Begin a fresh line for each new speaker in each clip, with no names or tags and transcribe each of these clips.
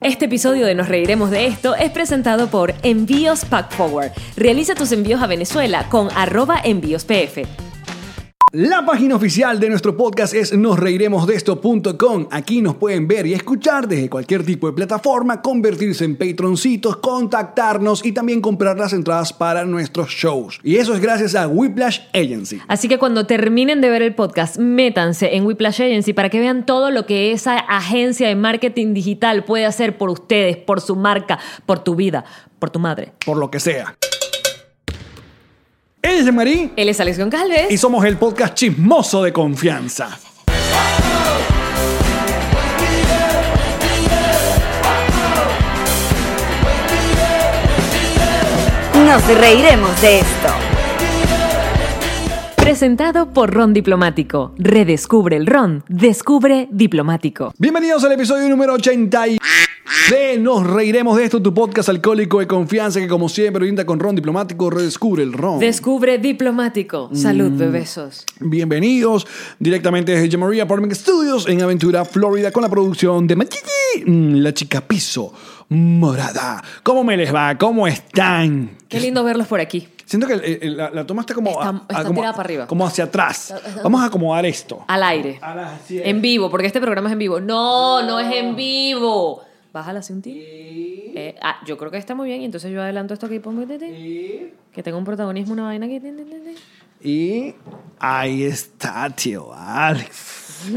Este episodio de Nos Reiremos de Esto es presentado por Envíos Pack Forward. Realiza tus envíos a Venezuela con arroba envíospf.
La página oficial de nuestro podcast es nosreiremosdeesto.com. Aquí nos pueden ver y escuchar desde cualquier tipo de plataforma, convertirse en patroncitos, contactarnos y también comprar las entradas para nuestros shows. Y eso es gracias a Whiplash Agency.
Así que cuando terminen de ver el podcast, métanse en Whiplash Agency para que vean todo lo que esa agencia de marketing digital puede hacer por ustedes, por su marca, por tu vida, por tu madre.
Por lo que sea. Ella es Marí
Él es Alex Goncalves.
y somos el podcast chismoso de confianza.
Nos reiremos de esto.
Presentado por Ron Diplomático. Redescubre el Ron. Descubre Diplomático.
Bienvenidos al episodio número 80 y- de Nos Reiremos de Esto, tu podcast alcohólico de confianza que como siempre brinda con ron diplomático, redescubre el ron.
Descubre Diplomático. Salud, bebesos.
Bienvenidos directamente desde Jamaria Apartment Studios en Aventura, Florida, con la producción de Machiti, mm, la chica piso morada. ¿Cómo me les va? ¿Cómo están?
Qué lindo verlos por aquí.
Siento que el- el- la, la toma está como,
Está- está
como-
tirada para arriba. Ah.
como hacia atrás. Vamos a acomodar esto.
Al aire.
Ala, así es.
En vivo, porque este programa es en vivo. No, no es en vivo. Bájala así un ti. Eh, ah, yo creo que está muy bien y entonces yo adelanto esto aquí pongo ti, ti. que tengo un protagonismo, una vaina aquí. ti, ti, ti, ti.
Y ahí está, tío Alex.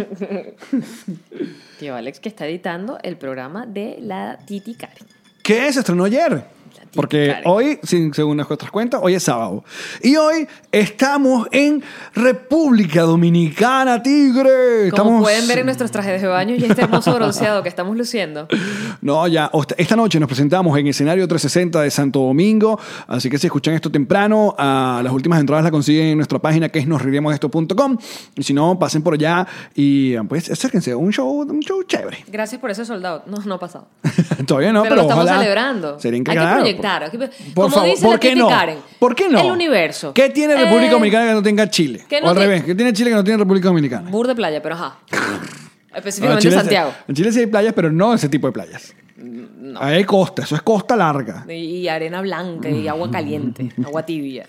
Tío Alex que está editando el programa de la Titi Karen.
¿Qué se estrenó ayer? Porque
Karen.
hoy, sin, según nuestras cuentas, hoy es sábado. Y hoy estamos en República Dominicana, Tigre.
Como
estamos...
pueden ver en nuestros trajes de baño y este hermoso bronceado que estamos luciendo.
No, ya. host- Esta noche nos presentamos en escenario 360 de Santo Domingo. Así que si escuchan esto temprano, ah, las últimas entradas las consiguen en nuestra página que es nosriremosdeesto.com. Y si no, pasen por allá y ah, pues acérquense. Un show, un show chévere.
Gracias por ese soldado. No, no ha pasado.
Todavía no,
pero,
pero,
lo estamos
ojalá.
celebrando.
Sería
Hay que
increíble.
proyectar. hay que-
Por
como
favor,
dice
¿por
la
qué
Titi
no?
Karen.
¿Por qué no?
El universo.
¿Qué tiene República
Eh,
Dominicana que no tenga Chile?
¿qué
o
no
al
ti-
revés, ¿qué tiene Chile que no tiene República Dominicana?
Bur de playa, pero ajá.
No, en
Específicamente
Chile sí-
Santiago. Mm,
En Chile sí hay playas, pero no ese tipo de playas. Ahí hay costa, eso es costa larga.
Y, y arena blanca y agua caliente, agua tibia.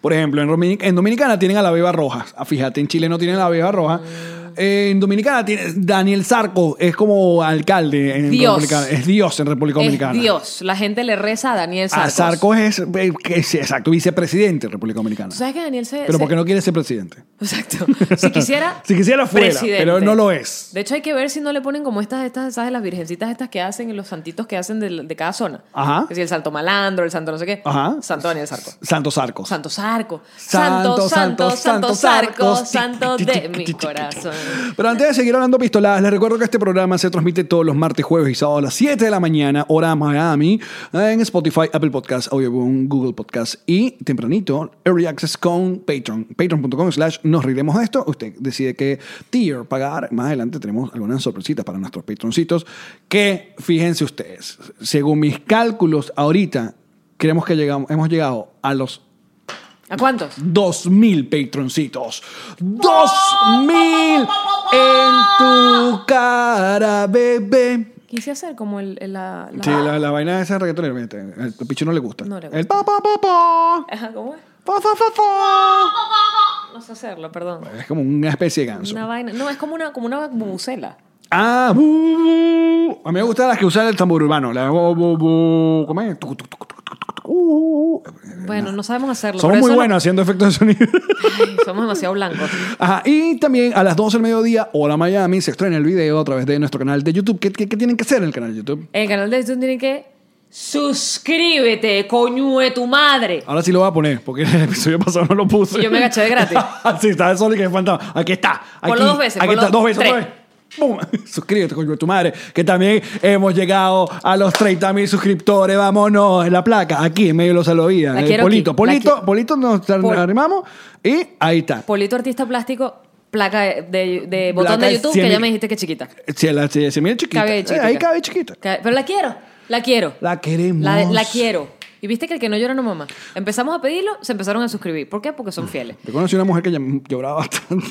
Por ejemplo, en, Romini- en Dominicana tienen a la beba roja. Ah, Fíjate, en Chile no tienen a la beba roja.
Mm.
Eh, en Dominicana tiene Daniel Sarco es como alcalde en
Dios.
República- Es Dios en República Dominicana.
Es Dios. La gente le reza a Daniel
Ah,
Sarcos.
Sarco es, eh, que es- exacto, vicepresidente de República Dominicana.
¿Tú sabes que Daniel se...
Pero
se-
porque no quiere ser presidente.
Exacto. Si quisiera...
Si quisiera fuera,
presidente.
pero no lo es.
De hecho, hay que ver si no le ponen como estas, estas, ¿sabes? Las virgencitas estas que hacen, y los santitos que hacen de, de cada zona.
Ajá.
Que si el santo malandro, el santo no sé qué.
Ajá.
Santo Daniel Sarco.
Santo Sarco.
Santo Sarco.
Santo,
Santo, santo,
santo,
santo,
Sarco.
Sarco, santo de mi corazón.
Pero antes de seguir hablando pistoladas, les recuerdo que este programa se transmite todos los martes, jueves y sábados a las 7 de la mañana, hora Miami, en Spotify, Apple Podcasts, Audioboom, Google Podcasts y tempranito, Early Access con Patreon. Patreon.com slash nos reiremos de esto. Usted decide qué tier pagar. Más adelante tenemos algunas sorpresitas para nuestros patroncitos que, fíjense ustedes, según mis cálculos, ahorita creemos que llegamos, hemos llegado a los
¿A cuántos?
2000 patroncitos. 2000 en tu cara, bebé.
Quise hacer como el, el- la, la-
Sí, la, la vaina de esa reggaetonera, mira, el el picho no le gusta.
No le
El pa pa pa pa.
Ajá, ¿cómo es?
Pa, fa, fa, fa.
No sé hacerlo, perdón.
Es como una especie de ganso.
Una vaina. No, es como una, como una bubucela.
Ah, bu, bu. a mí me gustan las que usan el tambor urbano. La bu, bu, bu. ¿Cómo es? Tucu, tucu, tucu, tucu, tucu, tucu. Uh, uh, uh.
Bueno, no sabemos hacerlo.
Somos
pero
muy
eso lo-
buenos haciendo efectos de sonido.
Ay, somos demasiado blancos.
Ajá, y también a las 12 del mediodía, hora Miami, se estrena el video a través de nuestro canal de YouTube. ¿Qué, qué- qué tienen que hacer en el canal de YouTube?
El canal de YouTube tiene que. Suscríbete, coño de tu madre.
Ahora sí lo voy a poner, porque el episodio pasado no lo puse.
Y yo me agaché de gratis.
sí, está el sol y que es fantasma. Aquí está. Aquí,
Ponlo dos veces,
Aquí
ponlo
está, dos veces.
tres.
otra vez. ¡Bum! Suscríbete, coño de tu madre. Que también hemos llegado a los 30 mil suscriptores. Vámonos en la placa, aquí en medio de los salvavidas.
La
en el
quiero
Polito.
aquí, la
Polito,
quiero.
Polito, nos
Pol-
arrimamos y ahí está.
Polito Artista Plástico, placa de, de- de botón
Placa de
de YouTube,
100
que ya
mil.
me dijiste que es chiquita.
Si la si- si mira chiquita.
Cabe
Eh,
chiquita.
ahí cabe chiquita.
Cabe- Pero la quiero, la quiero.
La queremos.
La, la quiero. Y viste que el que no llora no mamá. Empezamos a pedirlo, se empezaron a suscribir. ¿Por qué? Porque son fieles.
Yo conocí una mujer que llam- lloraba bastante.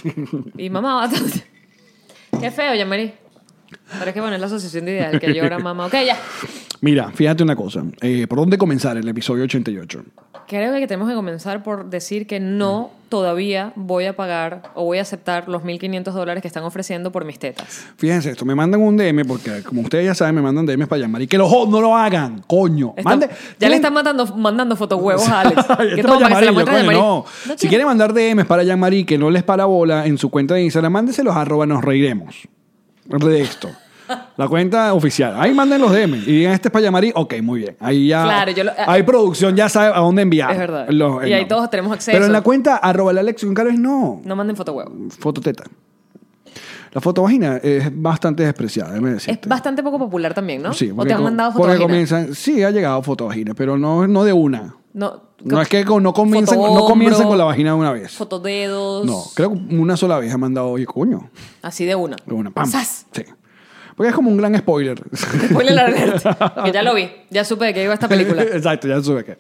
Y mamá bastante. Qué feo, Yamari. Pero es que bueno, es la asociación de ideal que llora mamá. Ok, ya.
Mira, fíjate una cosa. Eh, ¿Por dónde comenzar el episodio 88?
Creo que tenemos que comenzar por decir que no
Mm.
todavía voy a pagar o voy a aceptar los 1.500 dólares que están ofreciendo por mis tetas.
Fíjense esto, me mandan un DM, porque como ustedes ya saben, me mandan DMs para llamar. Y que los jo- no lo hagan, coño.
Está-
Mande-
ya le
tienen-
están matando, mandando fotohuevos a Alex.
Este
que
para
todo para que se la
Yamari, yo,
muestre
coño,
de
no. Si quieren mandar DMs para Yamari que no les para bola en su cuenta de Instagram, mándenselos arroba nos reiremos. De esto. La cuenta oficial. Ahí manden los DM y digan este es para Yamari. Ok, muy bien. Ahí ya.
Claro, yo lo- eh,
ahí producción ya sabe a dónde enviar.
Es verdad.
los-
Y ahí todos tenemos acceso.
Pero en la cuenta arroba la Alex Goncalves, no.
No manden fotohuevos.
Fototeta. La fotovagina es bastante despreciada, déjame
Es
decirte.
bastante poco popular también, ¿no?
Este. Sí,
o
porque
te han
co-
mandado
Porque
fotohuevos.
comienzan. Sí, ha llegado fotovagina, pero no, no de una.
No,
No es que con- no comienzan, no
Fotohombro,
comienzan con la vagina de una vez.
Fotodedos.
No, creo que una sola vez ha mandado, oye, coño,
Así de una.
de una pam.
¡Sas!
Sí. Porque es como un gran spoiler.
Spoiler alert. que ya lo vi. Ya supe de qué iba esta película.
Exacto, ya sube que.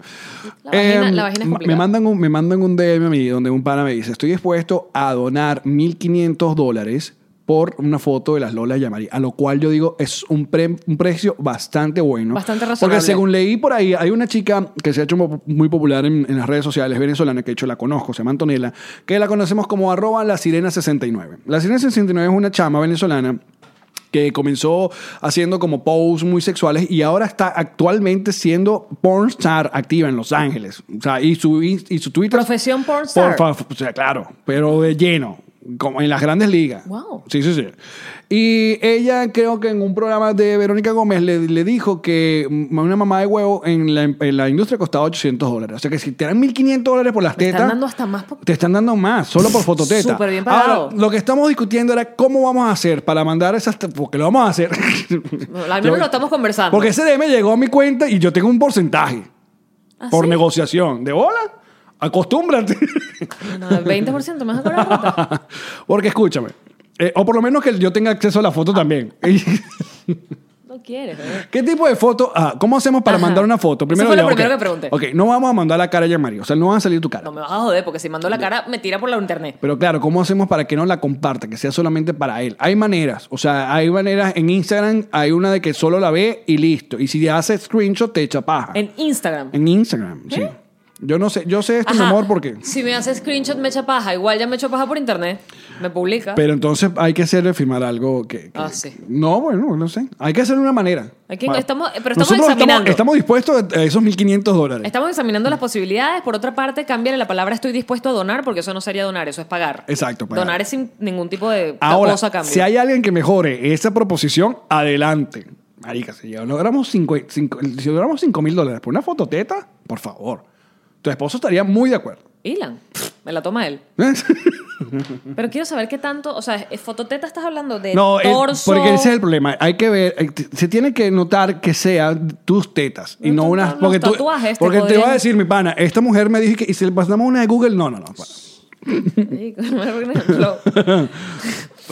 La vagina-
Em,
la vagina es
me
complicada.
mandan, un, me mandan un DM a mí donde un pana me dice, estoy dispuesto a donar 1.500 dólares por una foto de las Lolas Yamari, a lo cual yo digo es un, pre- un precio bastante bueno.
Bastante
Porque
razonable.
según leí por ahí, hay una chica que se ha hecho mo- muy popular en, en las redes sociales venezolana, que de hecho la conozco, se llama Antonella, que la conocemos como arroba la sirena 69. La sirena 69 es una chama venezolana que comenzó haciendo como posts muy sexuales y ahora está actualmente siendo pornstar activa en Los Ángeles. O sea, y su, ins- y su Twitter...
Profesión pornstar.
Por fa- o sea, claro, pero de lleno, como en las grandes ligas.
Wow.
Sí, sí, sí. Y ella creo que en un programa de Verónica Gómez le, le dijo que m- una mamá de huevo en la, en la industria costaba 800 dólares. O sea que si te dan 1.500 dólares por las
Me
tetas...
están dando hasta más po-
Te están dando más, solo por fototeta.
Súper bien
Ahora,
pagado.
lo que estamos discutiendo era cómo vamos a hacer para mandar esas... te- Porque lo vamos a hacer.
Al menos lo estamos conversando.
Porque ese DM llegó a mi cuenta y yo tengo un porcentaje
¿Ah,
por
sí?
negociación. ¿De bola? Acostúmbrate.
No, 20% más a cobrar rata.
Porque escúchame. eh, o por lo menos que yo tenga acceso a la foto también.
Ah. No quieres, ¿eh? bebé.
¿Qué tipo de foto? Ah, ¿Cómo hacemos para
Ajá.
mandar una foto?
Eso fue lo
ya, ok.
primero que pregunté.
Ok, no vamos a mandar la cara ya, Mario. O sea, no va a salir tu cara.
No me vas a joder, porque si mando la cara, me tira por la internet.
Pero claro, ¿cómo hacemos para que no la comparta? Que sea solamente para él. Hay maneras. O sea, hay maneras. En Instagram hay una de que solo la ve y listo. Y si hace screenshot, te echa paja.
En Instagram.
En Instagram, sí. Yo no sé, yo sé esto, mi
Ajá.
amor, porque.
Si me hace screenshot, me echa paja. Igual ya me echo paja por internet. Me publica.
Pero entonces hay que hacerle firmar algo que. que-
Ah, sí.
No, bueno, no sé. Hay que hacer una manera.
Hay que-
Para-
estamos- pero estamos
Nosotros
examinando.
Estamos, dispuestos a esos 1.500 dólares.
Estamos examinando las posibilidades. Por otra parte, cámbiale la palabra estoy dispuesto a donar, porque eso no sería donar, eso es pagar.
Exacto, pagar.
Donar es sin ningún tipo de
Ahora,
cosa a cambio.
si hay alguien que mejore esa proposición, adelante. Marica, si ya logramos 5 si logramos cinco mil dólares por una fototeta, por favor. Tu esposo estaría muy de acuerdo.
Ilan, me la toma él. Pero quiero saber qué tanto, o sea, es- fototeta estás hablando de
No, el-
torso.
porque ese es el problema. Hay que ver, eh, t- se tiene que notar que sean tus tetas y
No,
no
tú-
unas.
los
Porque, tú-
tatuajes te
porque te
podrían-
va a decir, mi pana, esta mujer me dijo que. Y si le pasamos una de Google, no, no, no. pa-
Marico, no me arruines el flow.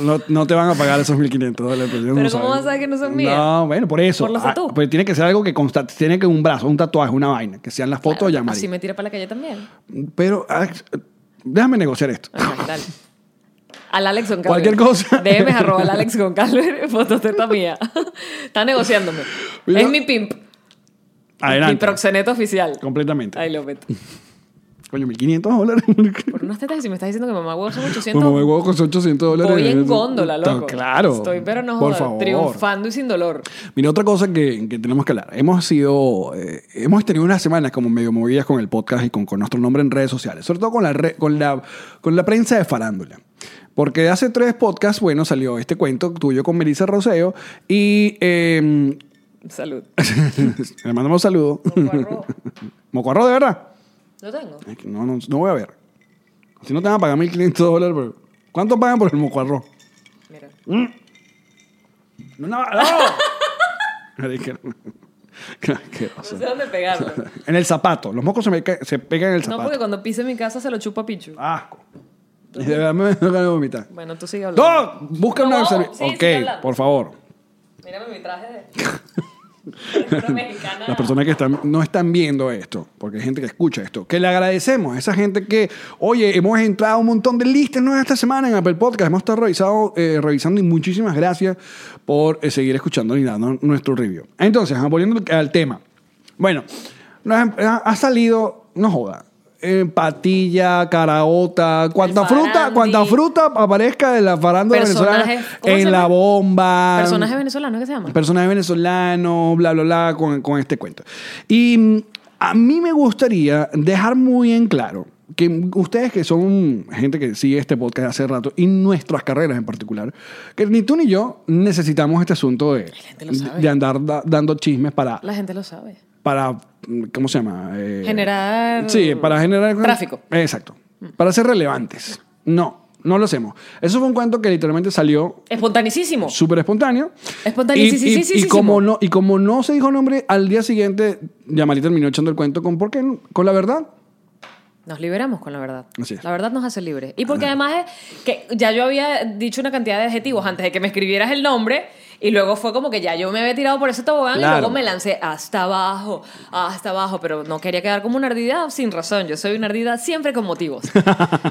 No, no te van a pagar esos 1.500 dólares. Pero, ellos
Pero
no
¿cómo
saben.
vas a saber que no son mías?
No, bueno, por eso.
Por los
Ah,
tatú.
pero tiene que ser algo que constate. Tiene que un brazo, un tatuaje, una vaina. Que sean las fotos ya,
Así me tira para la calle también.
Pero ah, déjame negociar esto.
Ok, dale. Al Alex Goncalves.
Cualquier cosa.
DMs arroba al Alex Goncalves, fototeta mía. Está negociándome.
Mira.
Es mi pimp. Mi
Adelante.
proxeneta oficial.
Completamente.
I love it.
Coño, 1.500 dólares.
Por unas tetas que si me estás diciendo que mamá huevo son 800.
Como me huevo con 800 dólares.
Voy en
Eso-
góndola,
Está-
loco.
Claro.
Estoy, pero no
Por
jodas,
favor.
triunfando y sin dolor.
Mira, otra cosa que, que tenemos que hablar. Hemos sido, eh, hemos tenido unas semanas como medio movidas con el podcast y con, con nuestro nombre en redes sociales, sobre todo con la, re- con la, con la prensa de farándula. Porque de hace tres podcasts, bueno, salió este cuento tuyo con Melissa Roseo y eh,
Salud.
le mandamos un saludo.
Mocoarro.
Mocoarro, de verdad.
Lo tengo.
Ay, que No, no, no voy a ver. Si no te van a pagar 1.500 dólares, pero- ¿cuánto pagan por el mocoarro?
Mira.
No, no, no. Marica, qué asqueroso.
No sé dónde pegarlo.
En el zapato. Los mocos se, me ca- se pegan en el
No,
zapato. Ah.
porque cuando pise mi casa se lo chupa Pichu.
Asco. Y de verdad me me ganas de vomitar.
Bueno, tú sigue hablando.
¡No! Busca
No,
una...
sí,
observ-
sigue
ok,
hablando.
por favor.
Mírame mi traje de... mexicana.
Las personas que están, no están viendo esto, porque hay gente que escucha esto, que le agradecemos a esa gente que, oye, hemos entrado un montón de listas nuevas esta semana en Apple Podcast, hemos estado revisado, eh, revisando y muchísimas gracias por eh, seguir escuchando y dando nuestro review. Entonces, ah, volviendo al tema. Bueno, nos han- ha, ha salido, no joda, eh, patilla, caraota, cuanta fruta,
Farandi.
cuanta fruta aparezca de la farándula
Personajes,
venezolana
¿cómo se
en la
llama?
bomba
Personajes venezolanos, ¿qué se llaman?
personaje venezolano, bla, bla, bla, con, con este cuento. Y mm, a mí me gustaría dejar muy en claro que ustedes que son gente que sigue este podcast hace rato y nuestras carreras en particular, que ni tú ni yo necesitamos este asunto de,
gente lo sabe.
de andar da- dando chismes para,
La gente lo sabe.
para, mm, ¿cómo se llama? Eh,
Generar-
Sí, para generar...
Tráfico. Mm.
Exacto. Para ser relevantes. No, no lo hacemos. Eso fue un cuento que literalmente salió
Espontanicísimo.
súper espontáneo.
Espontanicísimo.
Y, y- y como no, y como no se dijo nombre, al día siguiente, Yamari terminó echando el cuento con por qué, no? con la verdad.
Nos liberamos con la verdad.
Así es.
La verdad nos hace libres. Y porque además es que ya yo había dicho una cantidad de adjetivos antes de que me escribieras el nombre y luego fue como que ya yo me había tirado por ese tobogán
Claro.
y luego me lancé hasta abajo, hasta abajo, pero no quería quedar como una ardida sin razón. Yo soy una ardida siempre con motivos.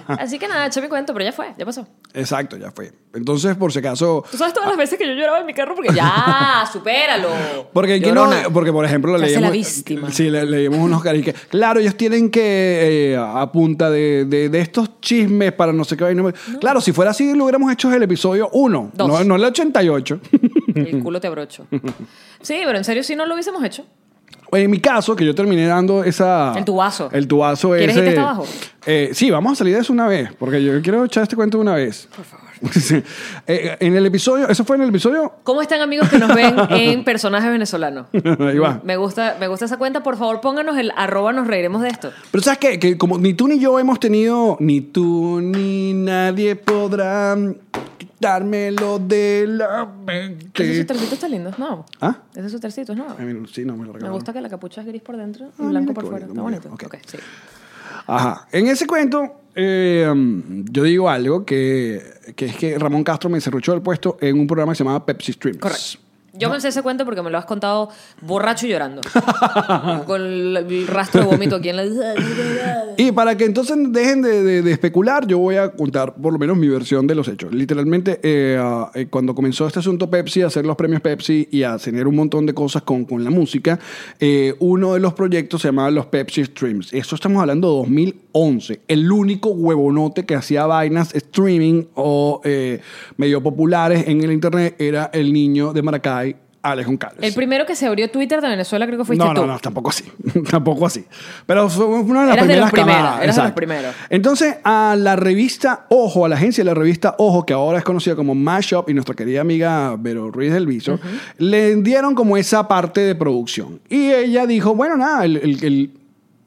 Así que nada, eché mi cuento, pero ya fue, ya pasó.
Exacto, ya fue. Entonces, por si acaso.
Tú sabes todas
Ah.
las veces que yo lloraba en mi carro porque ya, supéralo.
Porque, que no,
Llorona.
porque por ejemplo,
Te hace
leímos.
la víctima.
Sí, le, leímos unos caras y que, Claro, ellos tienen que. eh, a punta de, de- de estos chismes para no sé qué. vaina". Claro, si fuera así, lo hubiéramos hecho el episodio 1,
Dos.
no, no el 88.
El culo te abrocho. Sí, pero en serio, si no lo hubiésemos hecho.
En mi caso, que yo terminé dando esa...
El tubazo.
El tubazo
¿Quieres
ese...
irte hasta abajo?
Eh, sí, vamos a salir de eso una vez, porque yo quiero echar este cuento de una vez. Por favor. en el episodio, eso fue en el episodio...
¿Cómo están amigos que nos ven en personajes venezolanos?
Ahí va.
Me gusta, me gusta esa cuenta. Por favor, pónganos el arroba, nos reiremos de esto.
Pero sabes qué? que como ni tú ni yo hemos tenido, ni tú ni nadie podrá quitármelo de la
Ese
mente.
sutercito está lindo, ¿no?
¿Ah?
Ese sutercito, ¿no?
Ay, mira, sí, no me lo
Me
regalaron.
gusta que la capucha es gris por dentro y
Ah, mira,
blanco por
qué
fuera.
bonito,
Está
muy
bonito.
bien, ok.
Ok, sí.
Ajá. En ese cuento, eh, yo digo algo que, que es que Ramón Castro me cerruchó el puesto en un programa que se llamaba Pepsi Streams.
Correcto. Yo pensé ese cuento porque me lo has contado borracho y llorando. con el, el rastro de vómito aquí en la.
Y para que entonces dejen de, de- de especular, yo voy a contar por lo menos mi versión de los hechos. Literalmente, eh, ah, eh, cuando comenzó este asunto Pepsi, a hacer los premios Pepsi y a tener un montón de cosas con, con la música, eh, uno de los proyectos se llamaba los Pepsi Streams. Eso estamos hablando de 2011. El único huevonote que hacía vainas streaming o eh, medio populares en el internet era el niño de Maracay, Alex Goncalves.
El primero que se abrió Twitter de Venezuela creo que fuiste
No,
tú.
no, no, tampoco así. tampoco así. Pero fue una
Eras
de las
de
primeras
los primeros,
camadas,
eras de los
exacto.
primeros.
Entonces, a la revista Ojo, a la agencia de la revista Ojo, que ahora es conocida como Mashup, y nuestra querida amiga Vero Ruiz del Viso, le dieron como esa parte de producción. Y ella dijo, bueno, nada, el... el- el-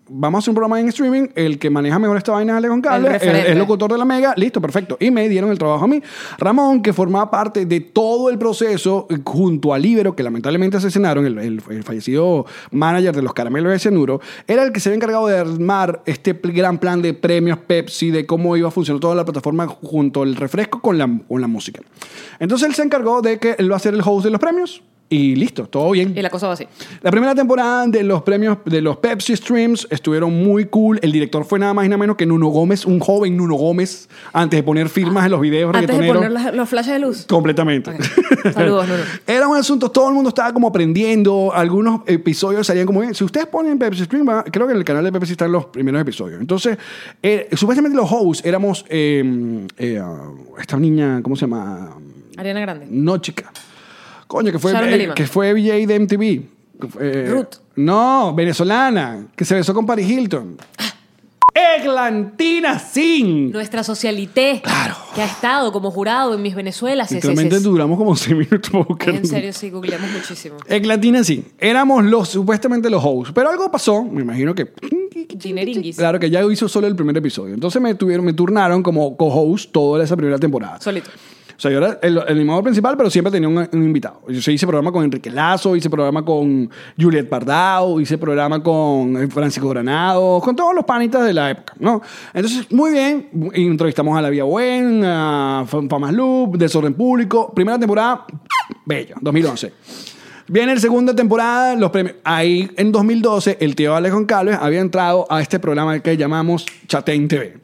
Vamos a hacer un programa en streaming. El que maneja mejor esta vaina es Ale Goncalves.
El
Es,
referente.
es locutor de la Mega. Listo, perfecto. Y me dieron el trabajo a mí. Ramón, que formaba parte de todo el proceso, eh, junto a Libero, que lamentablemente asesinaron, el, el- el fallecido manager de los caramelos de cianuro, era el que se había encargado de armar este pl- gran plan de premios Pepsi, de cómo iba a funcionar toda la plataforma junto al refresco con la, con la música. Entonces él se encargó de que él va a ser el host de los premios. Y listo, todo bien.
Y la cosa va así.
La primera temporada de los premios de los Pepsi Streams estuvieron muy cool. El director fue nada más y nada menos que Nuno Gómez, un joven Nuno Gómez, antes de poner firmas en los videos
Antes de
reggaetoneros.
poner las- los flashes de luz.
Completamente.
Ok. Saludos, Nuno.
Era un asunto, todo el mundo estaba como aprendiendo. Algunos episodios salían como, "Eh, si ustedes ponen Pepsi Stream, va- creo que en el canal de Pepsi están los primeros episodios. Entonces, eh, supuestamente los hosts éramos eh, eh, esta niña, ¿cómo se llama?
Ariana Grande.
No, chica. Coño, que fue,
Sharon
eh,
de Lima.
que fue VJ de MTV. Eh,
Ruth.
No, venezolana, que se besó con Paris Hilton. Eglantina Sin.
Nuestra socialité. Que ha estado como jurado en mis Venezuelas. es- es-
Literalmente
es.
duramos como 11 minutos para buscar.
En serio, sí, googleamos muchísimo.
Eglantina Sin. Éramos los, supuestamente los hosts. Pero algo pasó, me imagino que...
Dineringuis.
Claro, que ya hizo solo el primer episodio. Entonces me, tuvieron, me turnaron como co-host toda esa primera temporada.
Solito.
O sea, yo era el, el animador principal, pero siempre tenía un, un invitado. Yo sí hice programa con Enrique Lazo, hice programa con Juliet Pardao, hice programa con eh, Francisco Granados, con todos los panitas de la época, ¿no? Entonces, muy bien, entrevistamos a La Vía Buen, a Fam- Famas Loop, Desorden Público. Primera temporada, bello, 2011. Viene la segunda temporada, los premios. Ahí en 2012, el tío Alex Goncalves había entrado a este programa que llamamos Chatén TV.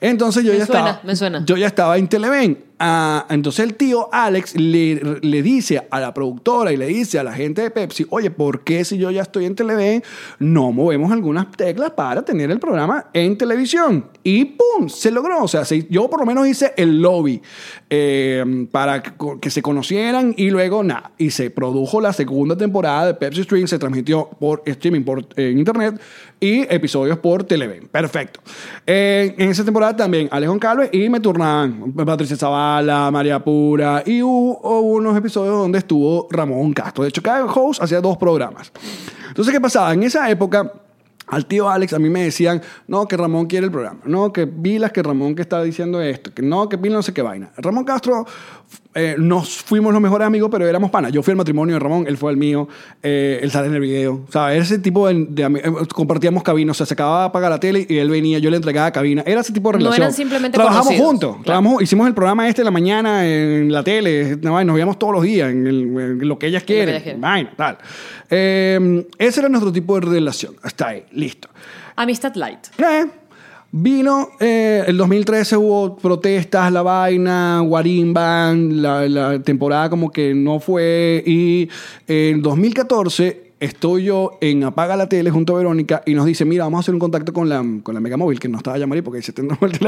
Entonces yo
Me
ya
suena,
estaba.
me suena.
Yo ya estaba en Televen. Ah, entonces el tío Alex le, le dice a la productora y le dice a la gente de Pepsi, oye, ¿por qué si yo ya estoy en Televen no movemos algunas teclas para tener el programa en televisión? Y ¡pum! Se logró. O sea, se- yo por lo menos hice el lobby eh, para que, que se conocieran y luego nada. Y se produjo la segunda temporada de Pepsi Stream, se transmitió por streaming por, en internet y episodios por Televen. Perfecto. Eh, en esa temporada también Alex Goncalves y me turnaban Patricia Zavala, María Pura y hubo, hubo unos episodios donde estuvo Ramón Castro. De hecho, cada host hacía dos programas. Entonces, ¿qué pasaba? En esa época... Al tío Alex a mí me decían, no, que Ramón quiere el programa, no, que Vilas, que Ramón que está diciendo esto, que no, que Vilas no sé qué vaina. Ramón Castro, eh, nos fuimos los mejores amigos, pero éramos panas. Yo fui al matrimonio de Ramón, él fue al mío, eh, él sale en el video, ¿sabes? Ese tipo de, de ami- eh, compartíamos cabina, o sea, se acababa de apagar la tele y él venía, yo le entregaba cabina. Era ese tipo de
No
relación.
eran simplemente
Trabajamos
conocidos.
juntos,
Claro.
trabajamos, hicimos el programa este en la mañana en la tele, nada más, nos veíamos todos los días en, el- en lo que ellas
que
quieren.
ellas quieren.
Vaina, tal. Eh, ese era nuestro tipo de relación. Hasta ahí, listo.
Amistad Light.
Eh, vino eh, el 2013, hubo protestas, la vaina, Guarimban, la, la temporada como que no fue. Y en 2014 estoy yo en Apaga la Tele junto a Verónica y nos dice, mira, vamos a hacer un contacto con la, con la Megamóvil, que no estaba llamar porque dice, tenemos el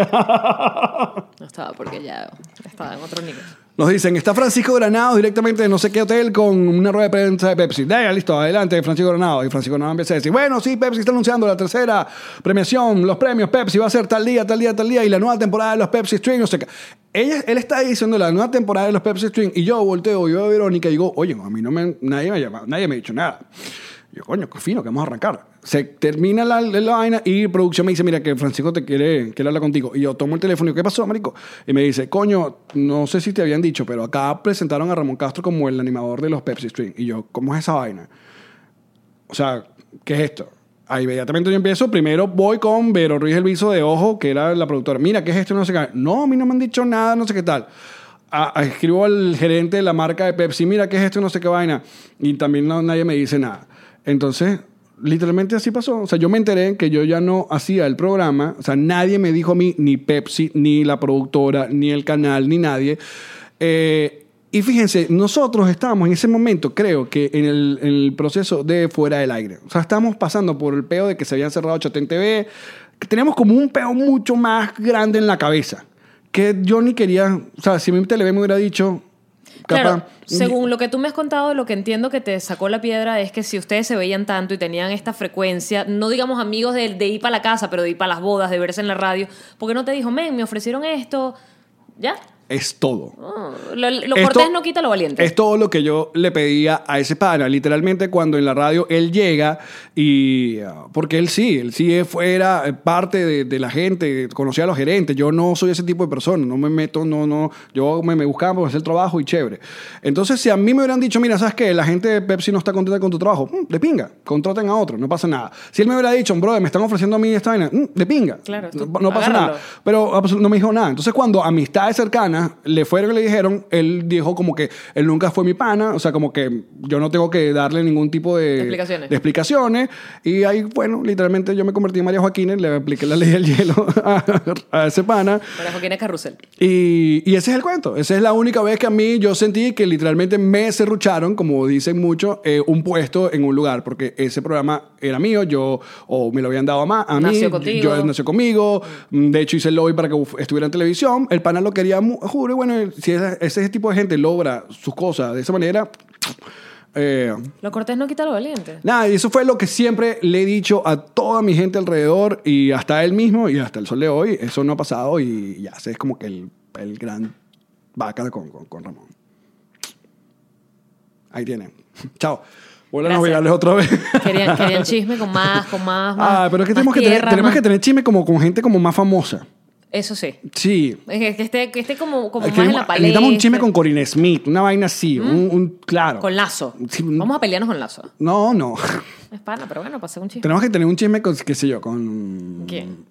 teléfono.
No estaba porque ya estaba en otro nivel.
Nos dicen, está Francisco Granados directamente de no sé qué hotel con una rueda de prensa de Pepsi. Ya, ya, listo, adelante, Francisco Granados. Y Francisco Granados empieza a decir, bueno, sí, Pepsi está anunciando la tercera premiación, los premios Pepsi va a ser tal día, tal día, tal día, y la nueva temporada de los Pepsi Stream, no sé qué. Ella, él está diciendo la nueva temporada de los Pepsi Stream, y yo volteo y veo a Verónica y digo, oye, a mí no me, nadie me ha llamado, nadie me ha dicho nada. Yo, coño, qué fino, que vamos a arrancar. Se termina la, la vaina y producción me dice, mira, que Francisco te quiere, quiere hablar contigo. Y yo tomo el teléfono y digo, ¿qué pasó, marico? Y me dice, coño, no sé si te habían dicho, pero acá presentaron a Ramón Castro como el animador de los Pepsi Stream. Y yo, ¿cómo es esa vaina? O sea, ¿qué es esto? Ahí inmediatamente yo empiezo. Primero voy con Vero Ruiz El Viso de Ojo, que era la productora. Mira, ¿qué es esto? No sé qué. No, a mí no me han dicho nada, no sé qué tal. Ah, ah, escribo al gerente de la marca de Pepsi. Mira, ¿qué es esto? No sé qué vaina. Y también no- nadie me dice nada. Entonces, literalmente así pasó. O sea, yo me enteré que yo ya no hacía el programa. O sea, nadie me dijo a mí, ni Pepsi, ni la productora, ni el canal, ni nadie. Eh, y fíjense, nosotros estábamos en ese momento, creo que en el, en el proceso de fuera del aire. O sea, estábamos pasando por el peo de que se habían cerrado Chatén TV. que Teníamos como un peo mucho más grande en la cabeza. Que yo ni quería. O sea, si mi Televen me hubiera dicho. Capaz,
Claro, según lo que tú me has contado, lo que entiendo que te sacó la piedra es que si ustedes se veían tanto y tenían esta frecuencia, no digamos amigos de, de ir para la casa, pero de ir para las bodas, de verse en la radio, porque no te dijo, men, me ofrecieron esto, ya.
Es todo.
Oh, lo lo
Esto-
cortés no quita lo valiente.
Es todo lo que yo le pedía a ese pana. Literalmente, cuando en la radio él llega y. ah, Porque él sí, él sí fuera eh, parte de, de la gente, conocía a los gerentes. Yo no soy ese tipo de persona, no me meto, no, no. Yo me, me buscaba por hacer el trabajo y chévere. Entonces, si a mí me hubieran dicho, mira, ¿sabes qué? La gente de Pepsi no está contenta con tu trabajo, mm, de pinga, contraten a otro, no pasa nada. Si él me hubiera dicho, brother, me están ofreciendo a mí esta vaina, mm, de pinga,
Claro,
no,
tú
no pasa
agárralo.
nada. Pero absol- no me dijo nada. Entonces, cuando amistades cercanas le fueron y le dijeron, él dijo como que él nunca fue mi pana, o sea, como que yo no tengo que darle ningún tipo de,
explicaciones.
de explicaciones. Y ahí, bueno, literalmente yo me convertí en María Joaquina, le apliqué la ley del hielo a, a ese pana.
Para Joaquina Carrusel.
Y, y ese es el cuento. Esa es la única vez que a mí yo sentí que literalmente me serrucharon, como dicen mucho, eh, un puesto en un lugar, porque ese programa era mío, yo, o me lo habían dado a, ma- a mí,
Nació contigo.
yo nació conmigo, mm, de hecho hice el lobby para que uf- estuviera en televisión, el panel lo quería, mu- juro, y bueno, si esa- ese tipo de gente logra sus cosas de esa manera... eh,
Lo cortés no quita lo valiente.
Nada, y eso fue lo que siempre le he dicho a toda mi gente alrededor y hasta él mismo y hasta el sol de hoy. Eso no ha pasado y ya, ese es como que el, el gran vaca con, con, con Ramón. Ahí tienen. Chao. Vuelvan a
Gracias.
obligarles otra vez.
Querían, querían chisme con más, con más, más.
Ah, pero es que
más
tenemos, que tener,
tierra,
tenemos
más-
que tener chisme como con gente como más famosa.
Eso sí.
Sí.
Es que esté, que esté como, como
Es
más
que
en
necesitamos-
la palestra. ¿Mm?
necesitamos un chisme con Corinne Smith, una vaina así, un, un- claro.
Con lazo.
Sí, un-
Vamos a pelearnos con lazo.
No, no.
Es pana, pero bueno, pasé un chisme.
tenemos que tener un chisme con, qué sé yo, con...
¿Quién?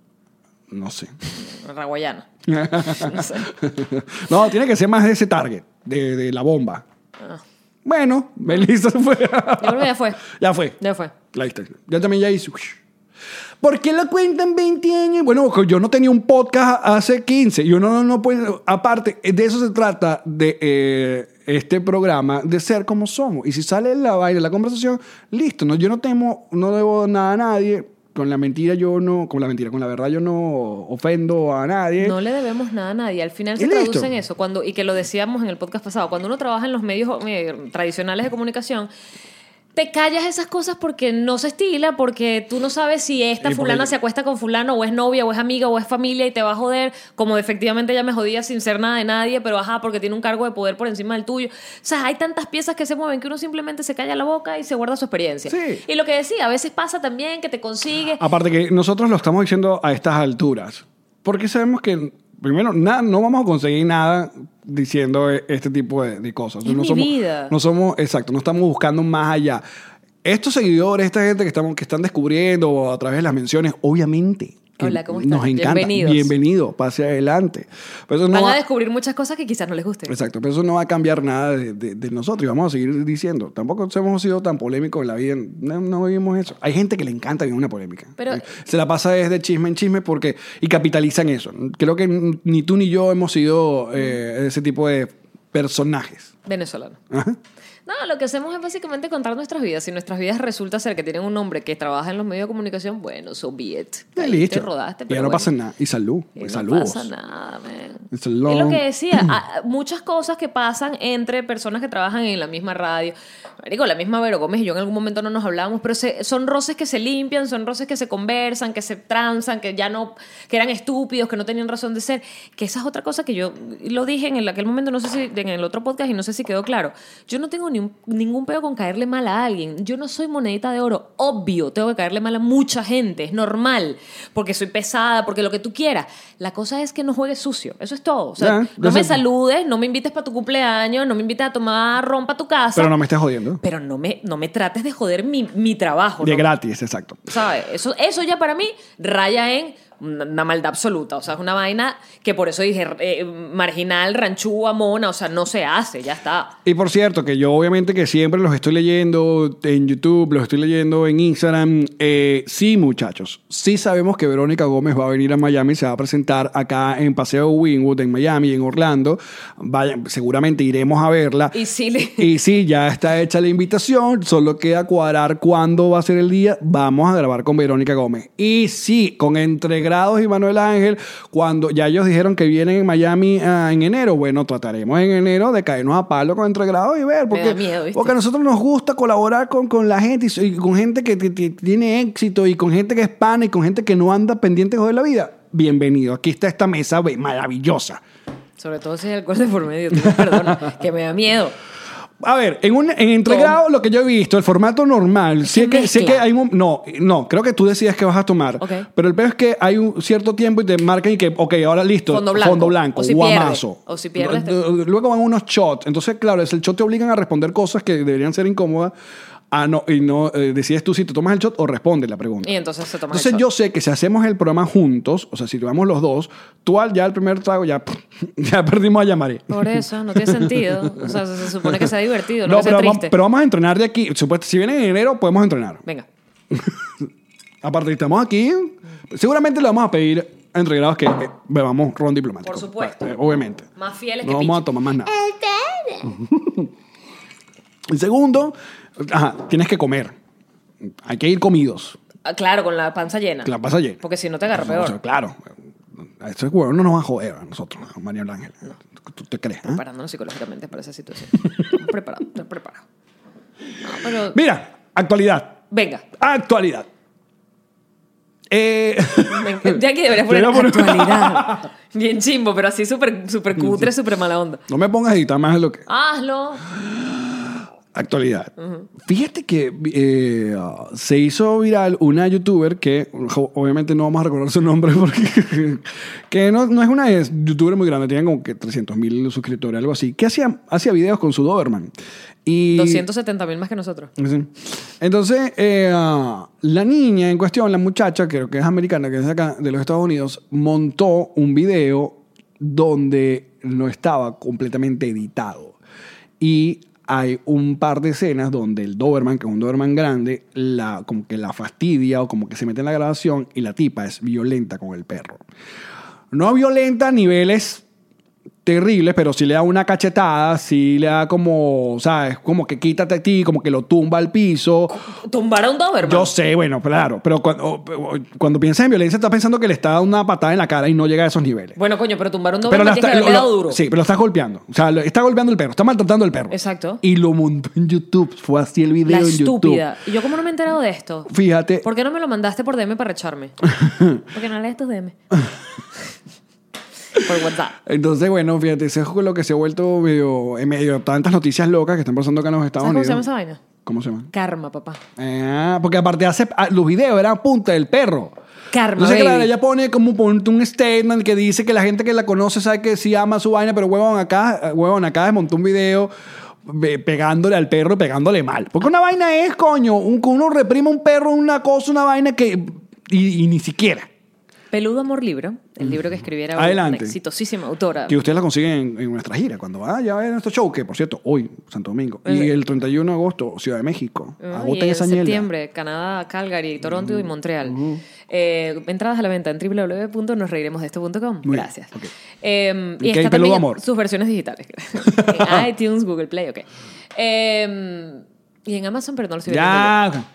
No sé.
Raguayana. No sé.
no, tiene que ser más de ese target, de, de la bomba. Bueno, Melissa se fue.
Yo creo que Ah. ya fue.
ya fue.
Ya fue.
La está. Yo también ya hice. ush. ¿Por qué la cuentan 20 años? Bueno, yo no tenía un podcast hace 15 y uno no, no puede... Aparte, de eso se trata de eh, este programa, de ser como somos. Y si sale la vaina, la conversación, listo. No, yo no temo, no debo nada a nadie. Con la mentira yo no... Con la mentira, con la verdad yo no ofendo a nadie.
No le debemos nada a nadie. Al final
Y
se traduce
listo.
en eso. Cuando, y que lo decíamos en el podcast pasado. Cuando uno trabaja en los medios eh, tradicionales de comunicación, te callas esas cosas porque no se estila, porque tú no sabes si esta
Y porque-
fulana se acuesta con fulano, o es novia, o es amiga, o es familia, y te va a joder, como efectivamente ella me jodía sin ser nada de nadie, pero ajá, porque tiene un cargo de poder por encima del tuyo. O sea, hay tantas piezas que se mueven que uno simplemente se calla la boca y se guarda su experiencia.
Sí. Ah,
Y lo que decía, a veces pasa también que te consigues
Aparte que nosotros lo estamos diciendo a estas alturas, porque sabemos que primero na- no vamos a conseguir nada diciendo eh, este tipo de, de cosas.
Es
no
mi
somos,
vida.
No somos, exacto, no estamos buscando más allá. Estos seguidores, esta gente que estamos que están descubriendo a través de las menciones, obviamente. que
Hola, ¿cómo están?
Nos encanta.
Bienvenidos.
Bienvenido, pase adelante. Pero eso no
Van
va-
a descubrir muchas cosas que quizás no les gusten.
Exacto, pero eso no va a cambiar nada de, de- de nosotros y vamos a seguir diciendo. Tampoco hemos sido tan polémicos en la vida, no, no vivimos eso. Hay gente que le encanta vivir una polémica.
Pero-
Eh, Se la pasa desde chisme en chisme porque y capitalizan eso. Creo que ni tú ni yo hemos sido eh, ese tipo de personajes.
Venezolano.
Ajá.
No, lo que hacemos es básicamente contar nuestras vidas. Si nuestras vidas resulta ser que tienen un hombre que trabaja en los medios de comunicación, bueno, so be it.
Ya
Ahí
listo.
Te rodaste,
Y
pero
ya no
bueno.
pasa nada. Y salud.
Y
pues,
no
saludos.
pasa nada, man.
It's
Es
a long-
lo que decía, a- muchas cosas que pasan entre personas que trabajan en la misma radio. Marico, la misma Vero Gómez y yo en algún momento no nos hablábamos, pero se- son roces que se limpian, son roces que se conversan, que se tranzan, que ya no, que eran estúpidos, que no tenían razón de ser. Que esa es otra cosa que yo lo dije en el- aquel momento, no sé si en el otro podcast y no sé si quedó claro. Yo no tengo ni un- ningún peo con caerle mal a alguien. Yo no soy monedita de oro. Obvio, tengo que caerle mal a mucha gente. Es normal. Porque soy pesada, porque lo que tú quieras. La cosa es que no juegues sucio. Eso es todo. O sea,
Ya,
no me
entonces-
saludes, no me invites para tu cumpleaños, no me invites a tomar rompa a tu casa.
Pero no me estés jodiendo.
pero no me, no me trates de joder mi, mi trabajo.
De
¿no?
gratis, exacto.
¿Sabes? Eso, eso ya para mí raya en una una maldad absoluta. O sea, es una vaina que por eso dije eh, marginal, ranchúa, mona. O sea, no se hace, ya está.
Y por cierto, que yo obviamente que siempre los estoy leyendo en YouTube, los estoy leyendo en Instagram. Eh, sí, muchachos, sí sabemos que Verónica Gómez va a venir a Miami, se va a presentar acá en Paseo Wynwood, en Miami, en Orlando. Vayan, seguramente iremos a verla.
Y sí le-
Y sí, ya está hecha la invitación, solo queda cuadrar cuándo va a ser el día. Vamos a grabar con Verónica Gómez. Y sí, con Entregrados y Manuel Ángel, cuando ya ellos dijeron que vienen en Miami ah, en enero, bueno, trataremos en enero de caernos a palo con Entregrados y ver, porque,
da miedo, ¿viste?
porque a nosotros nos gusta colaborar con, con la gente y, so- y con gente que t- t- tiene éxito y con gente que es pana y con gente que no anda pendiente de joder la vida. Bienvenido, aquí está esta mesa ve, maravillosa.
Sobre todo si hay alcohol de por medio, tú me perdonas, que me da miedo.
A ver, en, un, en entregrado lo que yo he visto, el formato normal, sí es que, sí es que
mezcla.
hay un... No, no, creo que tú decides que vas a tomar.
Ok.
Pero el peor es que hay un cierto tiempo y te marcan y que, ok, ahora listo.
Fondo blanco. O si
guamazo.
pierdes. O si pierdes, te-
Lu- Luego van unos shots. Entonces, claro, es el shot te obligan a responder cosas que deberían ser incómodas. Ah, no, y no, eh, decides tú si te tomas el shot o respondes la pregunta.
Y entonces se toma el
Entonces
shot.
yo sé que si hacemos el programa juntos, o sea, si tomamos los dos, tú al ya el primer trago ya, ya perdimos a Yamari.
Por eso, no tiene sentido. O sea, se, se supone que sea divertido, no,
No,
que sea
pero, vamos,
triste.
pero vamos a entrenar de aquí. Supuesto, si vienen en enero, podemos entrenar.
Venga.
Aparte, estamos aquí. Seguramente le vamos a pedir a entrenados que eh, bebamos ron diplomático.
Por supuesto.
Eh, obviamente.
Más fieles
No
que
vamos a
pichos.
tomar más nada. El segundo, ajá, tienes que comer. Hay que ir comidos.
Ah, Claro, con la panza llena.
La pasa llena. Pues
Porque si no te agarra
O sea,
peor.
claro. A estos huevos no nos van a joder a nosotros, a María Ángel. ¿Tú te crees? ah?
Preparándonos psicológicamente para esa situación. Estamos preparados, estoy preparado. No, pero...
Mira, actualidad.
Venga.
Actualidad. Eh.
Venga. Ya aquí deberías poner
Debería poner-
actualidad. Bien chimbo, pero así súper super cutre, súper mala onda.
No me pongas a editar más de lo que.
Hazlo.
Actualidad. Fíjate que eh, se hizo viral una youtuber que, jo- obviamente no vamos a recordar su nombre porque. que no, no es una es- youtuber muy grande, tiene como que 300 mil suscriptores, algo así, que hacía, hacía videos con su Doberman. Y.
270 mil más que nosotros.
Sí. Entonces, eh, ah, la niña en cuestión, la muchacha, creo que es americana, que es de acá, de los Estados Unidos, montó un video donde no estaba completamente editado. Y hay un par de escenas donde el Doberman, que es un Doberman grande, la, como que la fastidia o como que se mete en la grabación y la tipa es violenta con el perro. No violenta a niveles terribles, pero si le da una cachetada, si le da como, ¿sabes? Como que quítate a ti, como que lo tumba al piso.
Tumbar a un Doberman.
Yo sé, bueno, claro, pero cuando, cuando piensas en violencia, estás pensando que le está dando una patada en la cara y no llega a esos niveles.
Bueno, coño, pero tumbar a un
Pero
Doberman
la
tienes que
está-
haberle
lo-
dado
lo-
duro.
Sí, pero lo estás golpeando. O sea, lo- está golpeando el perro, está maltratando al perro.
Exacto.
Y lo montó en YouTube. Fue así el video
La
en YouTube.
estúpida. ¿Y yo cómo no me he enterado de esto?
Fíjate.
¿Por qué no me lo mandaste por DM para recharme? Porque no lees tus DM. por WhatsApp.
Entonces, bueno, fíjate, eso es lo que se ha vuelto medio, en medio de tantas noticias locas que están pasando acá en los Estados
¿Sabes cómo
Unidos.
se llama esa vaina?
¿Cómo se llama?
Karma, papá.
Ah, porque aparte hace ah, los videos eran punta del perro.
Karma,
Entonces,
baby.
claro, ella pone como ponte un statement que dice que la gente que la conoce sabe que sí ama su vaina, pero huevón acá, eh, huevón acá desmontó un video ve- pegándole al perro, pegándole mal. Porque una vaina es, coño, un, que uno reprima un perro, una cosa, una vaina que... Y, y ni siquiera.
Peludo Amor Libro, el libro que escribiera
Adelante.
una exitosísima autora.
Que ustedes la consiguen en, en nuestra gira, cuando vaya a ver nuestro show, que por cierto, hoy, Santo Domingo, y el 31 de agosto, Ciudad de México.
Ay,
Agoten
Eh. en
esa ñelda.
septiembre, Canadá, Calgary, Toronto y Montreal. Eh, entradas a la venta en www.nosreiremosdeesto.com.
bien,
Gracias.
ok.
Eh, y
Ok,
está
peludo
también
amor.
sus versiones digitales. En iTunes, Google Play, ok. Eh, y en Amazon, pero no lo estoy vendiendo yo.
Ya.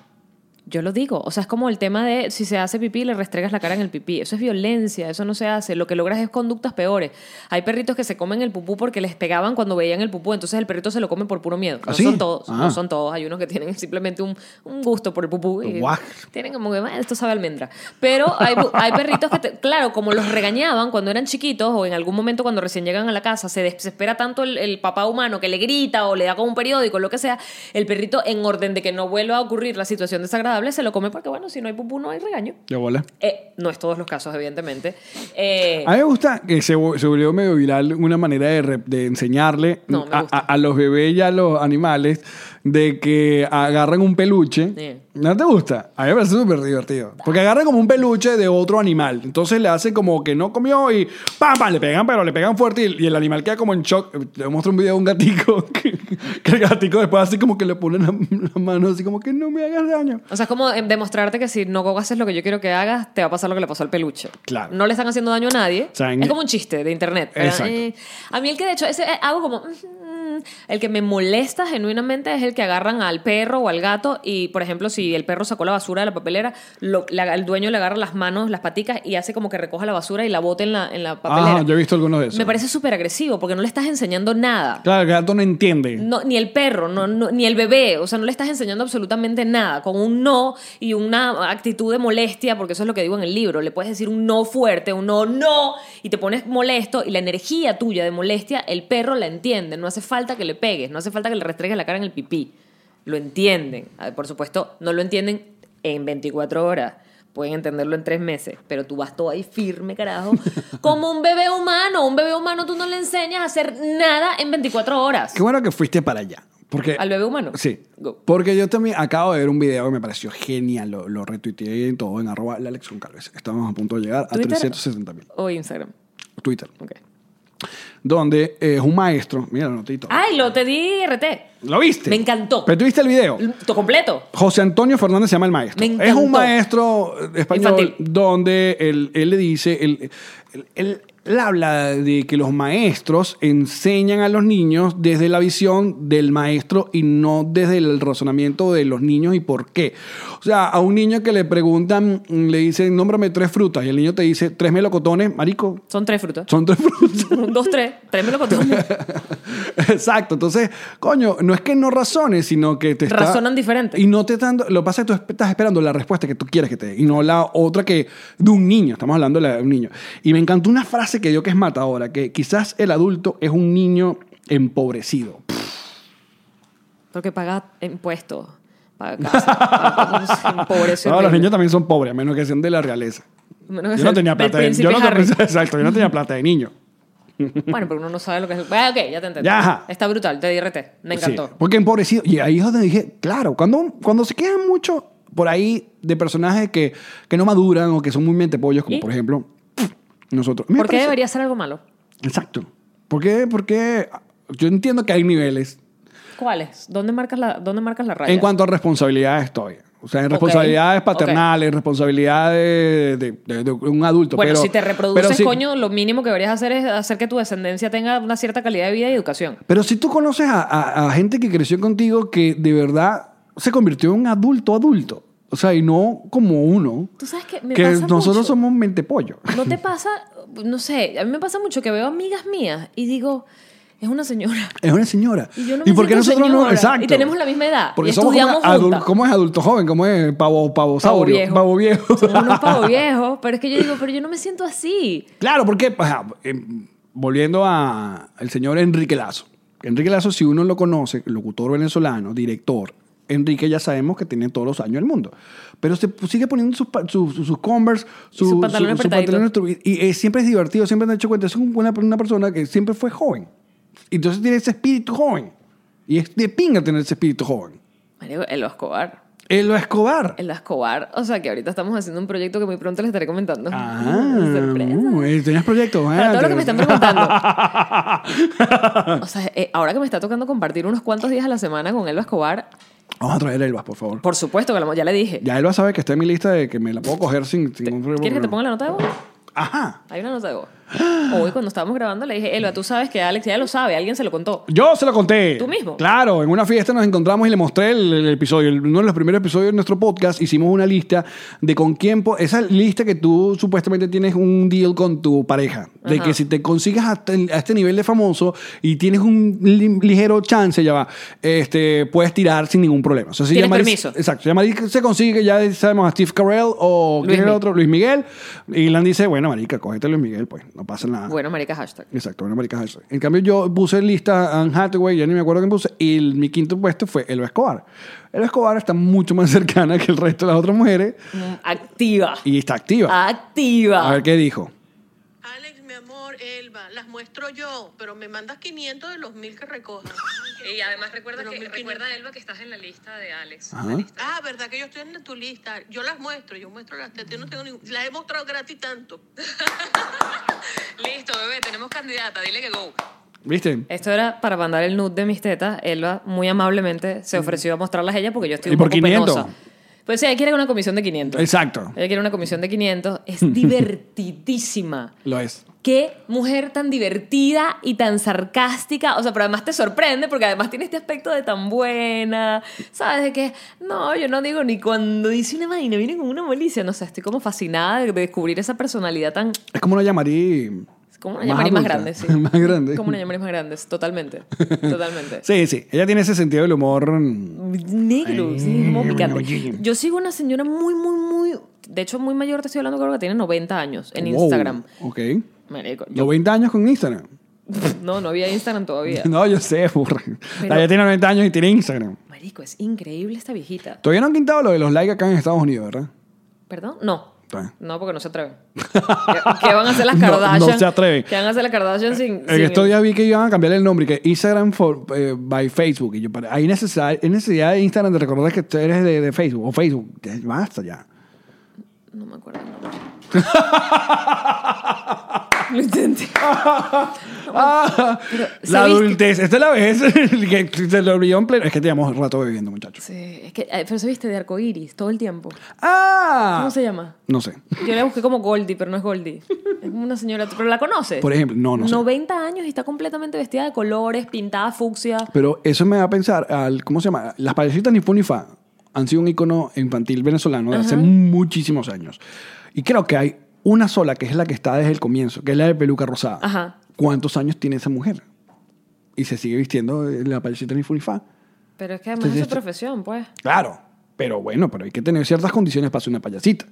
Yo lo digo, o sea, es como el tema de si se hace pipí, le restregas la cara en el pipí. Eso es violencia, eso no se hace. Lo que logras es conductas peores. Hay perritos que se comen el pupú porque les pegaban cuando veían el pupú, entonces el perrito se lo come por puro miedo.
¿Ah,
No
sí?
son todos,
Ah.
no son todos. Hay unos que tienen simplemente un, un gusto por el pupú. Y
Guau.
tienen como que, "Ah, esto sabe a almendra. Pero hay, bu- hay perritos que, te- claro, como los regañaban cuando eran chiquitos o en algún momento cuando recién llegan a la casa, se desespera tanto el, el papá humano que le grita o le da con un periódico, lo que sea, el perrito en orden de que no vuelva a ocurrir la situación desagradable, se lo come porque, bueno, si no hay pupú no hay regaño.
Ya bola.
Eh, no es todos los casos, evidentemente. Eh,
A mí me gusta que se, vo- se volvió medio viral una manera de, re- de enseñarle
No, me
a,
gusta.
a- a los bebés y a los animales de que agarran un peluche.
Sí.
¿No te gusta? A mí me parece súper divertido. Porque agarran como un peluche de otro animal. Entonces le hacen como que no comió y ¡pam! pam! Le pegan, pero le pegan fuerte y, y el animal queda como en shock. Te muestro un video de un gatico que, que el gatico después así como que le ponen la, la mano así como que no me hagas daño.
O sea, es como eh, demostrarte que si no haces lo que yo quiero que hagas, te va a pasar lo que le pasó al peluche.
Claro.
No le están haciendo daño a nadie.
sea, en-
es como un chiste de internet. ¿verdad?
Exacto.
Eh, a mí el que de hecho, ese, eh, hago como... mm, mm, El que me molesta genuinamente es el que agarran al perro o al gato y, por ejemplo, si el perro sacó la basura de la papelera, lo- la- el dueño le agarra las manos, las paticas y hace como que recoja la basura y la bote en la, en la papelera.
Ah, yo he visto algunos de esos.
Me parece súper agresivo porque no le estás enseñando nada.
Claro, el gato no entiende.
No, ni el perro, no, no- ni el bebé, o sea, no le estás enseñando absolutamente nada, con un no y una actitud de molestia, porque eso es lo que digo en el libro, le puedes decir un no fuerte, un no, no, y te pones molesto y la energía tuya de molestia, el perro la entiende, no hace falta que le pegues, no hace falta que le restregues la cara en el pipí, lo entienden, A ver, por supuesto, no lo entienden en 24 horas. Pueden entenderlo en tres meses, pero tú vas todo ahí firme, carajo. Como un bebé humano. Un bebé humano tú no le enseñas a hacer nada en 24 horas.
Qué bueno que fuiste para allá. Porque,
¿Al bebé humano?
Sí.
Go.
Porque yo también acabo de ver un video que me pareció genial. Lo, lo retuiteé en todo en arroba la Alex Goncalves. Estamos a punto de llegar a
¿Twitter?
360 mil.
O Instagram.
Twitter.
Ok.
Donde eh, es un maestro. Mira, lo noté y todo.
Ay, lo te di RT.
¿Lo viste?
Me encantó.
¿Pero tuviste el video?
Todo completo.
José Antonio Fernández se llama el maestro.
Me
es
encantó.
un maestro español
Infantil.
donde él, él le dice, él, él- él- él habla de que los maestros enseñan a los niños desde la visión del maestro y no desde el razonamiento de los niños y por qué. O sea, a un niño que le preguntan, le dicen, nómbrame tres frutas y el niño te dice, tres melocotones, marico,
Son tres frutas.
son tres frutas.
Un, dos, tres. Tres melocotones.
Exacto, entonces, coño, no es que no razones, sino que te está-
Razonan diferente.
Y no te están, lo que pasa es que tú esp- estás esperando la respuesta que tú quieres que te dé, y no la otra que de un niño, estamos hablando de la de un niño. Y me encantó una frase que dio que es matadora, que quizás el adulto es un niño empobrecido.
Porque paga impuestos. Paga casa. paga- Empobrece.
Ahora los
horrible.
niños también son pobres, a menos que sean de la realeza.
Menos que
Yo
sea
no
el-
tenía
el
plata de,
príncipe
yo no te-
Harry.
exacto, yo no tenía plata de niño.
Bueno, pero uno no sabe lo que es. Ah, ok, ya te entendí.
Ya, ajá.
Está brutal. Te di RT. Me encantó.
Sí, porque empobrecido. Y ahí es donde dije, claro, cuando, cuando se quedan mucho por ahí de personajes que, que no maduran o que son muy mentepollos, como
¿Y?
por ejemplo nosotros. Me
¿Por qué
parece-
debería ser algo malo?
Exacto. ¿Por qué? Porque yo entiendo que hay niveles.
¿Cuáles? ¿Dónde marcas la, dónde marcas la raya?
En cuanto a responsabilidades, estoy. O sea, en responsabilidades
Ok,
paternales, responsabilidades de, de- de un adulto.
bueno,
pero,
si te
pero
reproduces,
si-
coño, lo mínimo que deberías hacer es hacer que tu descendencia tenga una cierta calidad de vida y educación.
Pero si tú conoces a, a- a gente que creció contigo que de verdad se convirtió en un adulto adulto. O sea, y no como uno.
Tú sabes que me
que
pasa
nosotros
mucho.
somos mentepollo.
¿No te pasa? No sé, a mí me pasa mucho que veo amigas mías y digo, es una señora.
Es una señora.
Y yo no me
por qué
siento
nosotros no?
señora.
Exacto.
Y tenemos la misma edad.
Porque
Y
somos como
estudiamos
adul-
juntas.
¿Cómo es adulto joven? ¿Cómo es pavo, pavosaurio?
viejo.
Pavo viejo.
Somos unos pavos viejos, pero es que yo digo, pero yo no me siento así.
Claro, porque ajá, em, volviendo a- al señor Enrique Lazo. Enrique Lazo, si uno lo conoce, locutor venezolano, director, Enrique ya sabemos que tiene todos los años el mundo. Pero se pu- sigue poniendo sus, pa- sus, sus- sus Converse, sus
sus pantalones apretaditos.
Y, eh, siempre es divertido, siempre me han hecho cuenta. Es un- una, una persona que siempre fue joven. Y Entonces tiene ese espíritu joven. Y es de pinga tener ese espíritu joven.
Marico, el Escobar.
Él lo Escobar.
El Escobar. O sea, que ahorita estamos haciendo un proyecto que muy pronto les estaré comentando. Mm,
Ah,
Sorpresa.
uh, tenías proyectos.
Para
ah,
todo lo
te-
que me están preguntando.
Ah.
O sea, eh, ahora que me está tocando compartir unos cuantos días a la semana con Elba Escobar,
Vamos a traer a Elvas, por favor.
por supuesto que lo- ya le dije.
Ya él va a saber que está en mi lista de que me la puedo coger sin, sin ningún problema.
¿Quieres que te ponga la nota de voz?
Ajá.
Hay una nota de voz. Hoy cuando estábamos grabando le dije, Elba, tú sabes que Alex ya lo sabe, alguien se lo contó.
Yo se lo conté.
¿Tú mismo?
Claro, en una fiesta nos encontramos y le mostré el, el episodio. El- uno de los primeros episodios de nuestro podcast hicimos una lista de con quién... po- Esa lista que tú supuestamente tienes un deal con tu pareja. De
Ajá.
que si te consigues hasta el- a este nivel de famoso y tienes un li- ligero chance, ya va, este, puedes tirar sin ningún problema. O sea, si
Tienes
ya Maris-
permiso.
Exacto. Ya Maris se consigue, ya sabemos a Steve Carell o
Luis
¿quién era
Mi-
el otro? Luis Miguel. Y Lan dice, bueno, marica, cógete a Luis Miguel, pues. No pasa nada.
Bueno, marica, hashtag.
Exacto, una marica Harrison. En cambio, yo puse en lista a Anne Hathaway, ya ni me acuerdo quién puse, y el- mi quinto puesto fue Elba Escobar. Elba Escobar está mucho más cercana que el resto de las otras mujeres
Mm, Activa.
y está
Ah,
activa. A
Activa.
ver qué dijo.
Alex, mi amor, Elba, las muestro yo, pero me mandas 500 de los mil que recojas.
Y además recuerda
Pero
que
1500.
recuerda Elba que estás en la lista de Alex.
Ajá.
la lista.
Ah, ¿verdad que yo estoy en tu lista? Yo las muestro, yo muestro las tetas, yo no tengo ningún... Las he mostrado gratis tanto.
Listo, bebé, tenemos candidata, dile que go.
¿Viste?
Esto era para mandar el nude de mis tetas. Elba muy amablemente se ofreció a mostrarlas a ella porque yo estoy
¿Y
un
por
poco
500?
penosa. Pues sí, ella quiere una comisión de 500.
Exacto.
Ella quiere una comisión de 500. Es divertidísima.
Lo es.
Qué mujer tan divertida y tan sarcástica. O sea, pero además te sorprende porque además tiene este aspecto de tan buena. ¿Sabes? De que, no, yo no digo ni cuando dice una vaina, viene con una molicia. No sé, estoy como fascinada de de descubrir esa personalidad tan.
Es como una llamarí.
Como una llamaría más,
adulta,
grande, sí.
más grande.
Como una llamaría más grande, sí, totalmente. Totalmente.
Sí, sí. Ella tiene ese sentido del humor. mm,
Negro,
Ay,
sí, como picante.
oye.
Yo sigo una señora muy, muy, muy. De hecho, muy mayor, te estoy hablando, creo que tiene 90 años en
wow.
Instagram.
Ok.
Marico, yo-
90 años con Instagram.
no, no había Instagram todavía.
No, yo sé, burra.
Pero-
Ella tiene 90 años y tiene Instagram.
Marico, es increíble esta viejita.
Todavía no han quitado lo de los likes acá en Estados Unidos, ¿verdad?
¿Perdón? No.
Está.
No, porque no se atreven. ¿Qué, qué van a hacer las
No, no
Kardashian?
se atreven.
¿Qué van a hacer las Kardashian sin.?
En
sin-
estos días vi que iban a cambiar el nombre, que Instagram for, eh, by Facebook. Y yo, para, hay, necesidad, hay necesidad de Instagram de recordar que tú eres de, de Facebook o Facebook. Ya, Basta ya.
No me acuerdo el nombre. Lo intenté.
Ah, la
¿sabiste?
adultez. Esta es la vez que se lo olvidó en pleno. Es que teníamos rato bebiendo, muchachos.
Sí, es que. eh, Pero se viste de arcoiris todo el tiempo.
¡Ah!
¿Cómo se llama?
No sé.
Yo la busqué como Goldie, pero no es Goldie. Es como una señora. ¿Pero la conoces?
Por ejemplo, no, no sé.
90 años y está completamente vestida de colores, pintada fucsia.
Pero eso me va a pensar al. ¿Cómo se llama? Las payasitas ni fu ni fa han sido un icono infantil venezolano de hace muchísimos años. Y creo que hay una sola que es la que está desde el comienzo, que es la de peluca rosada.
Ajá.
¿Cuántos años tiene esa mujer? Y se sigue vistiendo de la payasita ni fu ni fa.
Pero es que además
Entonces,
es su profesión, pues.
Claro, pero bueno, pero hay que tener ciertas condiciones para ser una payasita.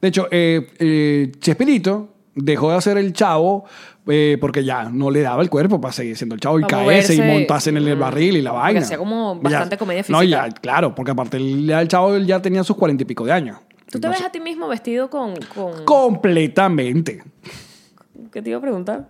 De hecho, eh, eh, Chespirito dejó de hacer el chavo eh, porque ya no le daba el cuerpo para seguir siendo el chavo y
Para
caerse y
moverse.
montarse en el
Mm.
barril y la
Porque
vaina.
hacía como
Ya.
bastante comedia
No,
física.
ya, claro, porque aparte el, ya el chavo ya tenía sus cuarenta y pico de años.
¿Tú te ves
Entonces,
a ti mismo vestido con, con...
Completamente.
¿Qué te iba a preguntar?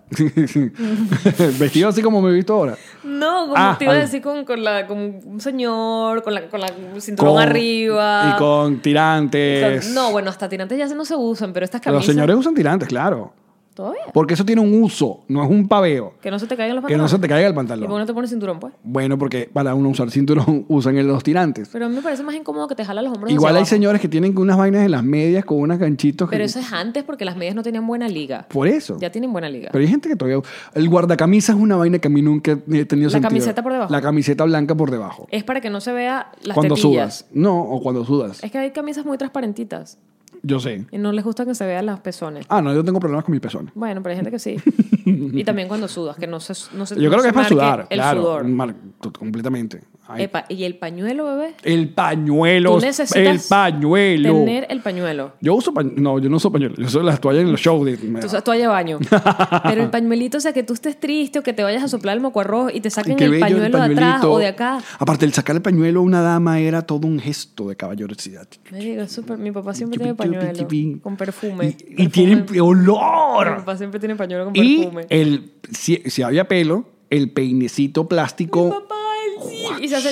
Vestido así como me he visto ahora.
No, como
Ah,
te iba a
al-
decir con, con, la, con un señor, con la, con la cinturón
Con-
arriba.
Y con tirantes.
Con- No, bueno, hasta tirantes ya no se usan, pero estas
Los
camisas...
señores usan tirantes, claro.
Todavía.
Porque eso tiene un uso, no es un paveo.
Que no se te caigan los
Que no
pantalones.
se te caiga el
¿Y por qué
pantalón.
no te pones cinturón, pues?
Bueno, porque para uno usar cinturón usan el- los tirantes.
Pero a mí me parece más incómodo que te jala los hombros.
Igual
hacia
hay
abajo.
señores que tienen unas vainas en las medias con unas ganchitos. que-
Pero eso es antes porque las medias no tenían buena liga.
Por eso.
Ya tienen buena liga.
Pero hay gente que todavía... El guardacamisa es una vaina que a mí nunca he tenido
La
sentido.
camiseta por debajo.
La camiseta blanca por debajo.
Es para que no se vea las
cuando
tetillas.
sudas. No, o cuando sudas.
Es que hay camisas muy transparentitas
Yo sé.
y no les gusta que se vean las pezones.
Ah, no, yo tengo problemas con mi pezón.
Bueno, pero hay gente que sí. y también cuando sudas, que no se no se
Yo creo
no
que
se
es para
marque
sudar.
El
claro,
sudor.
Mar- t- completamente. Ay,
Epa, y el pañuelo, bebé.
el pañuelo.
Tú necesitas
El pañuelo.
Tener el pañuelo.
Yo uso pañuelo. No, yo no uso pañuelo. Yo uso las toallas en los shows. de-
Tú usas toalla de baño. Pero el pañuelito, o sea, que tú estés triste o que te vayas a soplar el moco arroz y te
Y
saquen
qué
el
bello
pañuelo de atrás
pañuelito.
o de acá.
Aparte, el sacar el pañuelo a una dama era todo un gesto de caballerosidad.
Me digo, es súper- mi papá siempre tiene
Chupi, chupi,
pañuelo
chupi.
con perfume.
Y, y tienen
Perfume. Mi
olor.
papá siempre tiene pañuelo con
Y
perfume.
el, si, si había pelo, el peinecito plástico.
Mi papá, él sí. Y se hace...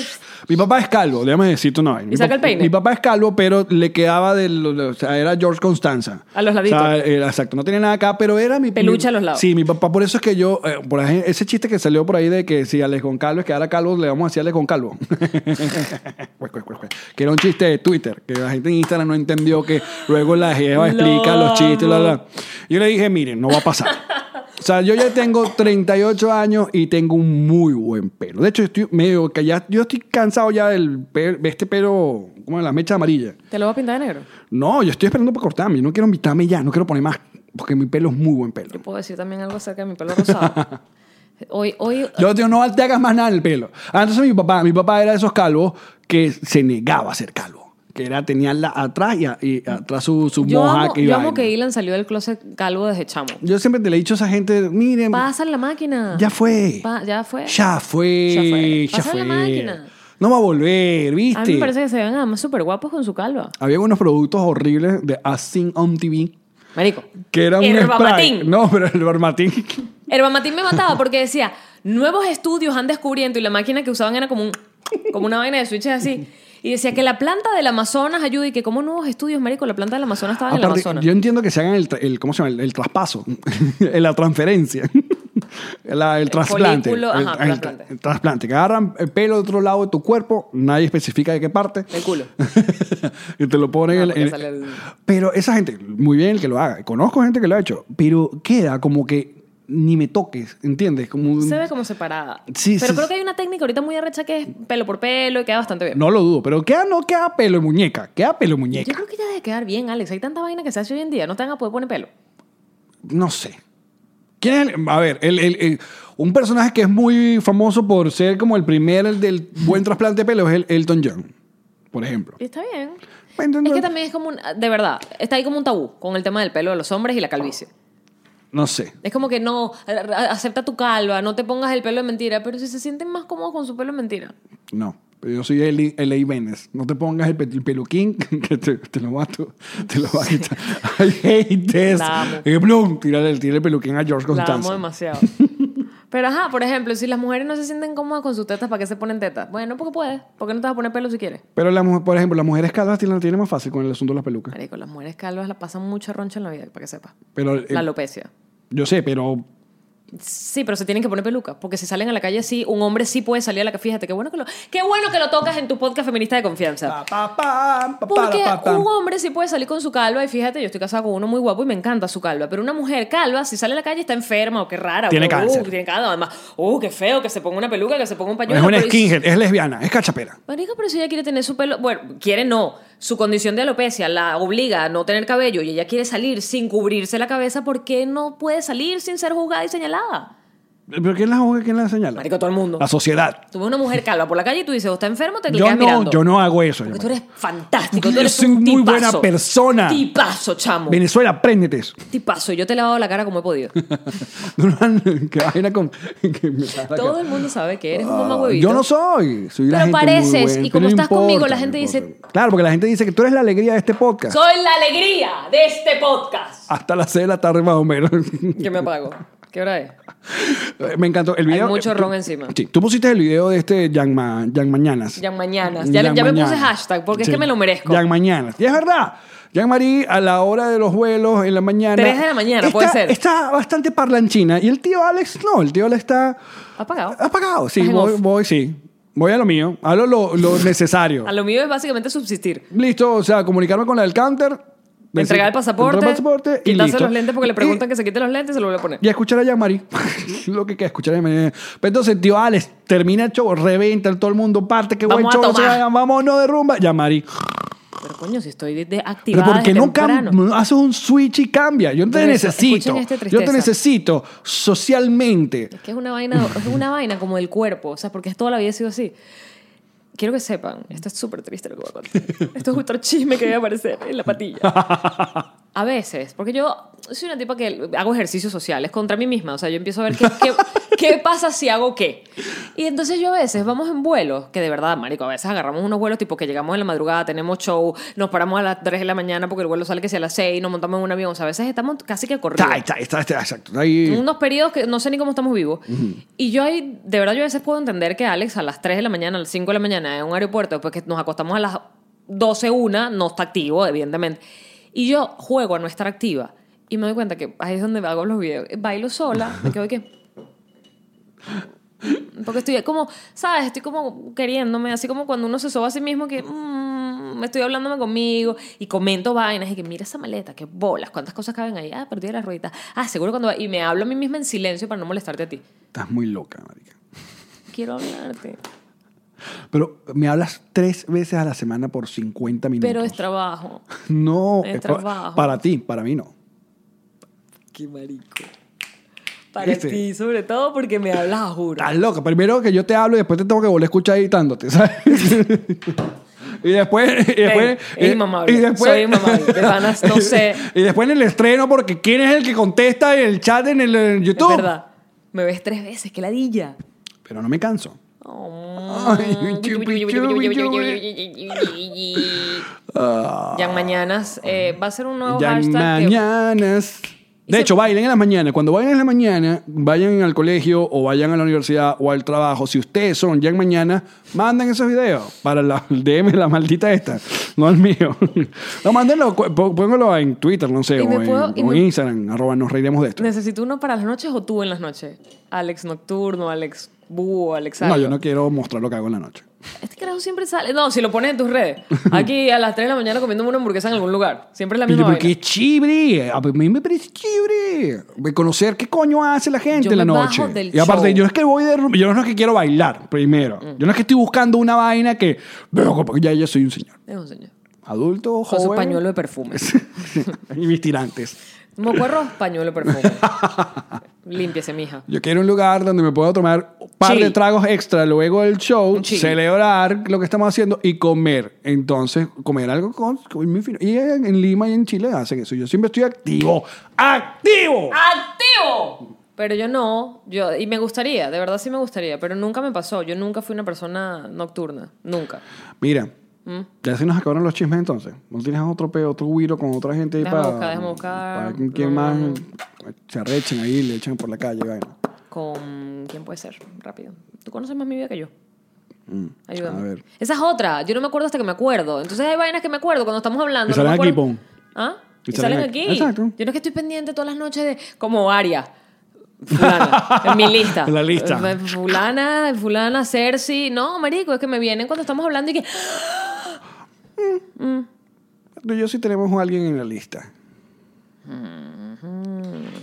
Mi papá es calvo, déjame decirte una vaina. Mi
saca
pap-
el peine.
Mi papá es calvo, pero le quedaba del. O sea, era George Constanza.
A los laditos.
O sea, era- exacto, no tenía nada acá, pero era mi.
Peluche
mi-
a los lados.
Sí, mi papá, por eso es que yo. eh, por ahí- ese chiste que salió por ahí de que si Alex Goncalves quedara calvo, le vamos a decir Alex Goncalvo. Pues, pues, pues, pues. que era un chiste de Twitter, que la gente en Instagram no entendió que luego la jeva explica
Lo
los chistes, bla, bla.
amo.
Yo le dije, miren, no va a pasar. O sea, yo ya tengo 38 años y tengo un muy buen pelo. De hecho, estoy medio que ya, yo estoy cansado ya del pe- de este pelo, como de la mecha amarilla.
¿Te lo va a pintar de negro?
No, yo estoy esperando para cortarme. Yo no quiero invitarme ya, no quiero poner más, porque mi pelo es muy buen pelo.
Puedo decir también algo acerca de mi pelo rosado. hoy, hoy,
Yo digo, no te hagas más nada en el pelo. Ah, Entonces mi papá, mi papá era de esos calvos que se negaba a ser calvo. Que era, tenía la, atrás y, a- y atrás su, su
yo
mohawk
amo,
y
yo
vaina.
amo que Ilan salió del closet calvo desde chamo.
Yo siempre te le he dicho a esa gente, miren,
Pasa en la máquina.
ya fue.
Pa- ya fue.
Ya fue.
Ya fue.
Ya
Pasa
fue.
la máquina.
No va a volver, ¿viste?
A mí me parece que se ven además súper guapos con su calva.
Había unos productos horribles de Asing on TV
Marico.
que era un
Herbamatín.
spray. No, pero el barmatín.
Herbamatín me mataba porque decía, nuevos estudios han descubierto y la máquina que usaban era como, un, como una vaina de switches así. Y decía que la planta del Amazonas ayuda y que como nuevos estudios, marico, la planta del Amazonas estaba en el
Aparte,
Amazonas.
yo entiendo que se hagan el, tra- el- ¿cómo se llama? El, el traspaso, la transferencia. La- el, trasplante,
folículo,
el,
ajá,
el- el
trasplante.
trasplante. Que agarran el pelo de otro lado de tu cuerpo, nadie especifica de qué parte.
El culo.
y te lo ponen
Ah,
en-
porque
en-
sale el-
Pero esa gente, muy bien el que lo haga. Conozco gente que lo ha hecho, pero queda como que ni me toques, ¿entiendes? Como un-
Se ve como separada.
Sí,
Pero
sí,
creo
sí.
que hay una técnica ahorita muy arrecha que es pelo por pelo y queda bastante bien.
No lo dudo, pero queda, no queda pelo y muñeca, queda pelo y
Yo
muñeca.
creo que ya debe quedar bien, Alex. Hay tanta vaina que se hace hoy en día. No te van a poder poner pelo.
No sé. ¿Quién es el- a ver, el- el- el- un personaje que es muy famoso por ser como el primer el del buen trasplante de pelo es el Elton John, por ejemplo.
Y está bien.
Bueno,
Es
no-
que también es como un... De verdad, está ahí como un tabú con el tema del pelo de los hombres y la calvicie.
No sé.
Es como que no, a- a- acepta tu calva, no te pongas el pelo de mentira. Pero si se sienten más cómodos con su pelo de mentira.
No. Pero yo soy Eli, L.A. Vélez. No te pongas el, pe- el peluquín que te, te lo va a, tu- te lo va a quitar. I hate this.
La amo.
Eh, Blum, tírale, el- tírale el peluquín a George
La
Constanza.
amo demasiado. Pero ajá, por ejemplo, si las mujeres no se sienten cómodas con sus tetas, ¿para qué se ponen tetas? Bueno, porque puedes. Porque no te vas a poner pelo si quieres?
Pero, la, mujer- por ejemplo, las mujeres calvas tienen- la tienen más fácil con el asunto de las pelucas.
Marico, las mujeres calvas la pasan mucha roncha en la vida, para que sepas.
Pero, eh,
La alopecia.
yo sé, pero
Sí, pero se tienen que poner peluca, porque si salen a la calle sí, un hombre sí puede salir a la calle. Fíjate, qué bueno que lo, qué bueno que lo tocas en tu podcast feminista de confianza.
Pa, pa, pam, pa,
Porque
para, pa, pam.
un hombre sí puede salir con su calva y fíjate, yo estoy casada con uno muy guapo y me encanta su calva, pero una mujer calva si sale a la calle está enferma o qué rara, o
Tiene
que, uh,
cáncer.
tiene cáncer, además, uh, qué feo que se ponga una peluca, que se ponga un pañuelo.
es una
pero-
skinhead, es lesbiana, es cachapera.
Marico, pero si ella quiere tener su pelo, bueno, quiere no, su condición de alopecia la obliga a no tener cabello y ella quiere salir sin cubrirse la cabeza, ¿por qué no puede salir sin ser juzgada y señalada?
¿Pero quién la juzga? ¿Quién la señala?
Marico, todo el mundo.
La sociedad.
Tú ves una mujer calva por la calle y tú dices, ¿o está enfermo? Te le
Yo
quedas
no,
mirando.
yo no hago eso.
Porque
yo,
tú eres
marico.
fantástico. Tú
Yo
eres
soy
un
muy
tipazo.
buena persona.
Tipazo, chamo.
Venezuela, préndete eso.
Tipazo. Yo te he lavado la cara como he podido.
que vaina con... que me da la
Todo
cara.
el mundo sabe que eres un
Ah,
mamá huevito.
Yo no soy. soy
Pero
una gente muy
pareces,
buena,
y
pero no
como estás conmigo,
importa,
la
no
gente dice-
importa. Claro, porque la gente dice que tú eres la alegría de este podcast.
Soy la alegría de este podcast.
Hasta las 6 de la tarde más o menos.
Yo me apago. ¿Qué hora es?
Eh, Me encantó. El
Hay
video,
mucho
eh, tú-
ron encima.
Sí, tú pusiste el video de este Yang, Ma- Yang Mañanas.
Yang Mañanas. Ya, le- ya me puse hashtag porque es que me lo merezco.
Yang Mañanas. Y es verdad. Yang Marí a la hora de los vuelos, en la mañana.
Tres de la mañana,
está-
puede ser.
Está bastante parlanchina. Y el tío Alex, no, el tío Alex está
Apagado.
apagado. Sí,
Está en
voy,
off.
voy, sí. Voy a lo mío. Hablo lo, lo necesario.
A lo mío es básicamente subsistir.
Listo, o sea, comunicarme con la del counter. decir-
Entregar el pasaporte,
entregar el pasaporte y
quitarse
listo.
los lentes porque le preguntan
Y-
que se quite los lentes y se lo vuelve a poner.
y a escuchar a Jean-Marie. lo que queda, escuchar a Jean-Marie. Pero entonces, tío Alex, termina el show, reventa todo el mundo, parte, qué buen
Vamos a
show, se
tomar.
vayan, vámonos de rumba. Jean-Marie.
Pero coño, si estoy de- de-
Pero
activada
¿por qué
desde
no cam-
temprano.
no haces un switch y cambia? Yo te
Pero eso-
necesito.
escuchen esta
Yo te
tristeza.
necesito socialmente.
Es que es una vaina, es una vaina como del cuerpo, o sea, porque toda la vida he sido así. Quiero que sepan, esto es súper triste lo que voy a contar. Esto es otro chisme que voy a aparecer en la patilla. A veces, porque yo soy una tipa que hago ejercicios sociales contra mí misma, o sea, yo empiezo a ver qué, qué, qué pasa si hago qué. Y entonces yo a veces vamos en vuelos, que de verdad, marico, a veces agarramos unos vuelos tipo que llegamos en la madrugada, tenemos show, nos paramos a las 3 de la mañana porque el vuelo sale que sea a las 6, nos montamos en un avión, o sea, a veces estamos casi que corriendo
Está, está, está, está, exacto. está ahí.
unos periodos que no sé ni cómo estamos vivos. Y yo ahí, de verdad, yo a veces puedo entender que Alex a las 3 de la mañana, a las 5 de la mañana, en un aeropuerto, después que nos acostamos a las 12, una, no está activo, evidentemente. Y yo juego a no estar activa. Y me doy cuenta que ahí es donde hago los videos. Bailo sola, me quedo que... Porque estoy como, ¿sabes? Estoy como queriéndome, así como cuando uno se soba a sí mismo que mm, estoy hablándome conmigo y comento vainas y que mira esa maleta, qué bolas, cuántas cosas caben ahí. Ah, perdí las rueditas. Ah, seguro cuando va. Y me hablo a mí misma en silencio para no molestarte a ti.
Estás muy loca, marica.
Quiero hablarte.
Pero me hablas tres veces a la semana por 50 minutos.
Pero es trabajo.
No,
es
es pa-
trabajo.
para ti, para mí no.
Qué marico. Para
¿Viste?
ti, sobre todo porque me hablas a juro.
Estás loca. Primero que yo te hablo y después te tengo que volver a escuchar editándote, ¿sabes? y después. Y después
es inmamable. Soy inmamable. De panas, no sé.
Y después en el estreno, porque ¿quién es el que contesta en el chat en el en
Es
YouTube?
verdad. Me ves tres veces, qué ladilla. Mm.
Pero no me canso. Ay, chupi, chupi, chupi.
Yang Mañanas eh, va a ser un nuevo
Ah. Ya en
hashtag. que-
mañanas. De
se-
hecho, bailen en las mañanas. Cuando bailen en la mañana, vayan al colegio o vayan a la universidad o al trabajo. Si ustedes son ya en mañana, manden esos videos para la, el DM, la maldita esta, no el mío. No, mándenlo, cu- pó- pónganlo en Twitter, no sé,
Y
o
me
en,
puedo- y
o en
me-
Instagram, arroba nos reiremos de esto.
Necesito uno para las noches o tú en las noches. Alex Nocturno, Alex Búho, Alex
No,
algo.
yo no quiero mostrar lo que hago en la noche.
Este carajo siempre sale. No, si lo pones en tus redes. Aquí a las 3 de la mañana comiéndome una hamburguesa en algún lugar. Siempre es la misma
Porque
vaina.
es chévere. A mí me parece chévere. De Conocer qué coño hace la gente
Yo
en la
me bajo
noche.
del
y aparte,
show. Mm.
yo no es que voy de rumba, Yo no es que quiero bailar primero. Yo no es que estoy buscando una vaina que. Veo, porque ya, ya soy un señor.
Es un señor.
Adulto,
Con
joven.
su pañuelo de perfume.
y mis tirantes.
Mocuerro, pañuelo de perfume. Límpiese, mija.
Yo quiero un lugar donde me pueda tomar un par de
Chill.
tragos extra luego del show,
Un chill.
celebrar lo que estamos haciendo y comer. Entonces, comer algo con. con mi fino. Y en en Lima y en Chile hacen eso. Yo siempre estoy activo. ¡Activo!
¡Activo! Pero yo no, yo, y me gustaría, de verdad sí me gustaría, pero nunca me pasó. Yo nunca fui una persona nocturna, nunca.
Mira,
Mm.
ya se nos acabaron los chismes entonces. ¿No tienes otro peo, otro guiro con otra gente ahí
Déjame
para.
buscar, déjame buscar.
Para que quien más se arrechen ahí, le echen por la calle, vaina.
Con. ¿Quién puede ser? Rápido. Tú conoces más mi vida que yo. Ayúdame.
Mm, a ver.
Esa es otra. Yo no me acuerdo hasta que me acuerdo. Entonces hay vainas que me acuerdo cuando estamos hablando. no
Y salen
me
aquí,
acuerdo-
pon.
¿Ah?
Y
Y,
salen
salen
aquí.
aquí.
Exacto.
Yo no es que estoy pendiente todas las noches de. Como Aria. Fulana. en mi lista.
En la lista.
Eh, Fulana, fulana, Cersei. No, marico, es que me vienen cuando estamos hablando y que.
Tú y yo sí tenemos a alguien en la lista.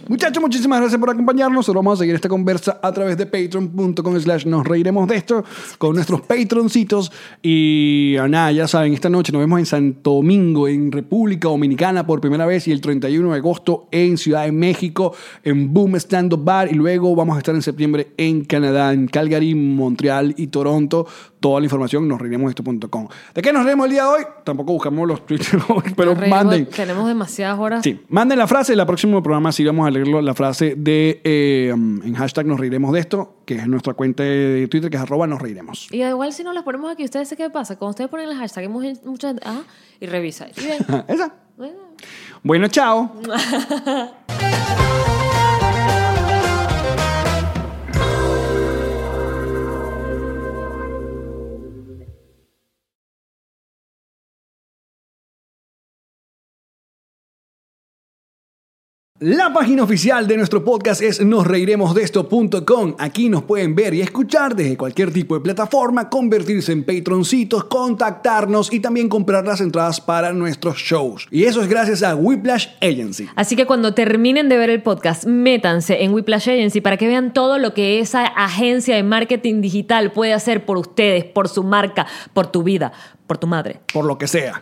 Muchachos, muchísimas gracias por acompañarnos. Nosotros vamos a seguir esta conversa a través de patreon.com slash nos reiremos de esto con nuestros patroncitos. Y ah, nada, ya saben, esta noche nos vemos en Santo Domingo, en República Dominicana por primera vez y el 31 de agosto en Ciudad de México, en Boom Stand Up Bar. Y luego vamos a estar en septiembre en Canadá, en Calgary, Montreal y Toronto. Toda la información nos reiremos de esto.com. ¿De qué nos reiremos el día de hoy? Tampoco buscamos los tweets, pero
Nos reímos,
manden.
Tenemos demasiadas horas.
Sí, manden la frase y el próximo programa sí vamos a leerlo, la frase de eh, en hashtag nos reiremos de esto, que es nuestra cuenta de Twitter, que es arroba nos reiremos.
Y igual si no las ponemos aquí, ustedes sé qué pasa. Cuando ustedes ponen el hashtag, hay mucha- mucha. Ah, y revisa. Y ven.
Esa. Bueno, chao. La página oficial de nuestro podcast es nosreiremosdeesto.com. Aquí nos pueden ver y escuchar desde cualquier tipo de plataforma, convertirse en patroncitos, contactarnos y también comprar las entradas para nuestros shows. Y eso es gracias a Whiplash Agency.
Así que cuando terminen de ver el podcast, métanse en Whiplash Agency para que vean todo lo que esa agencia de marketing digital puede hacer por ustedes, por su marca, por tu vida, por tu madre.
Por lo que sea.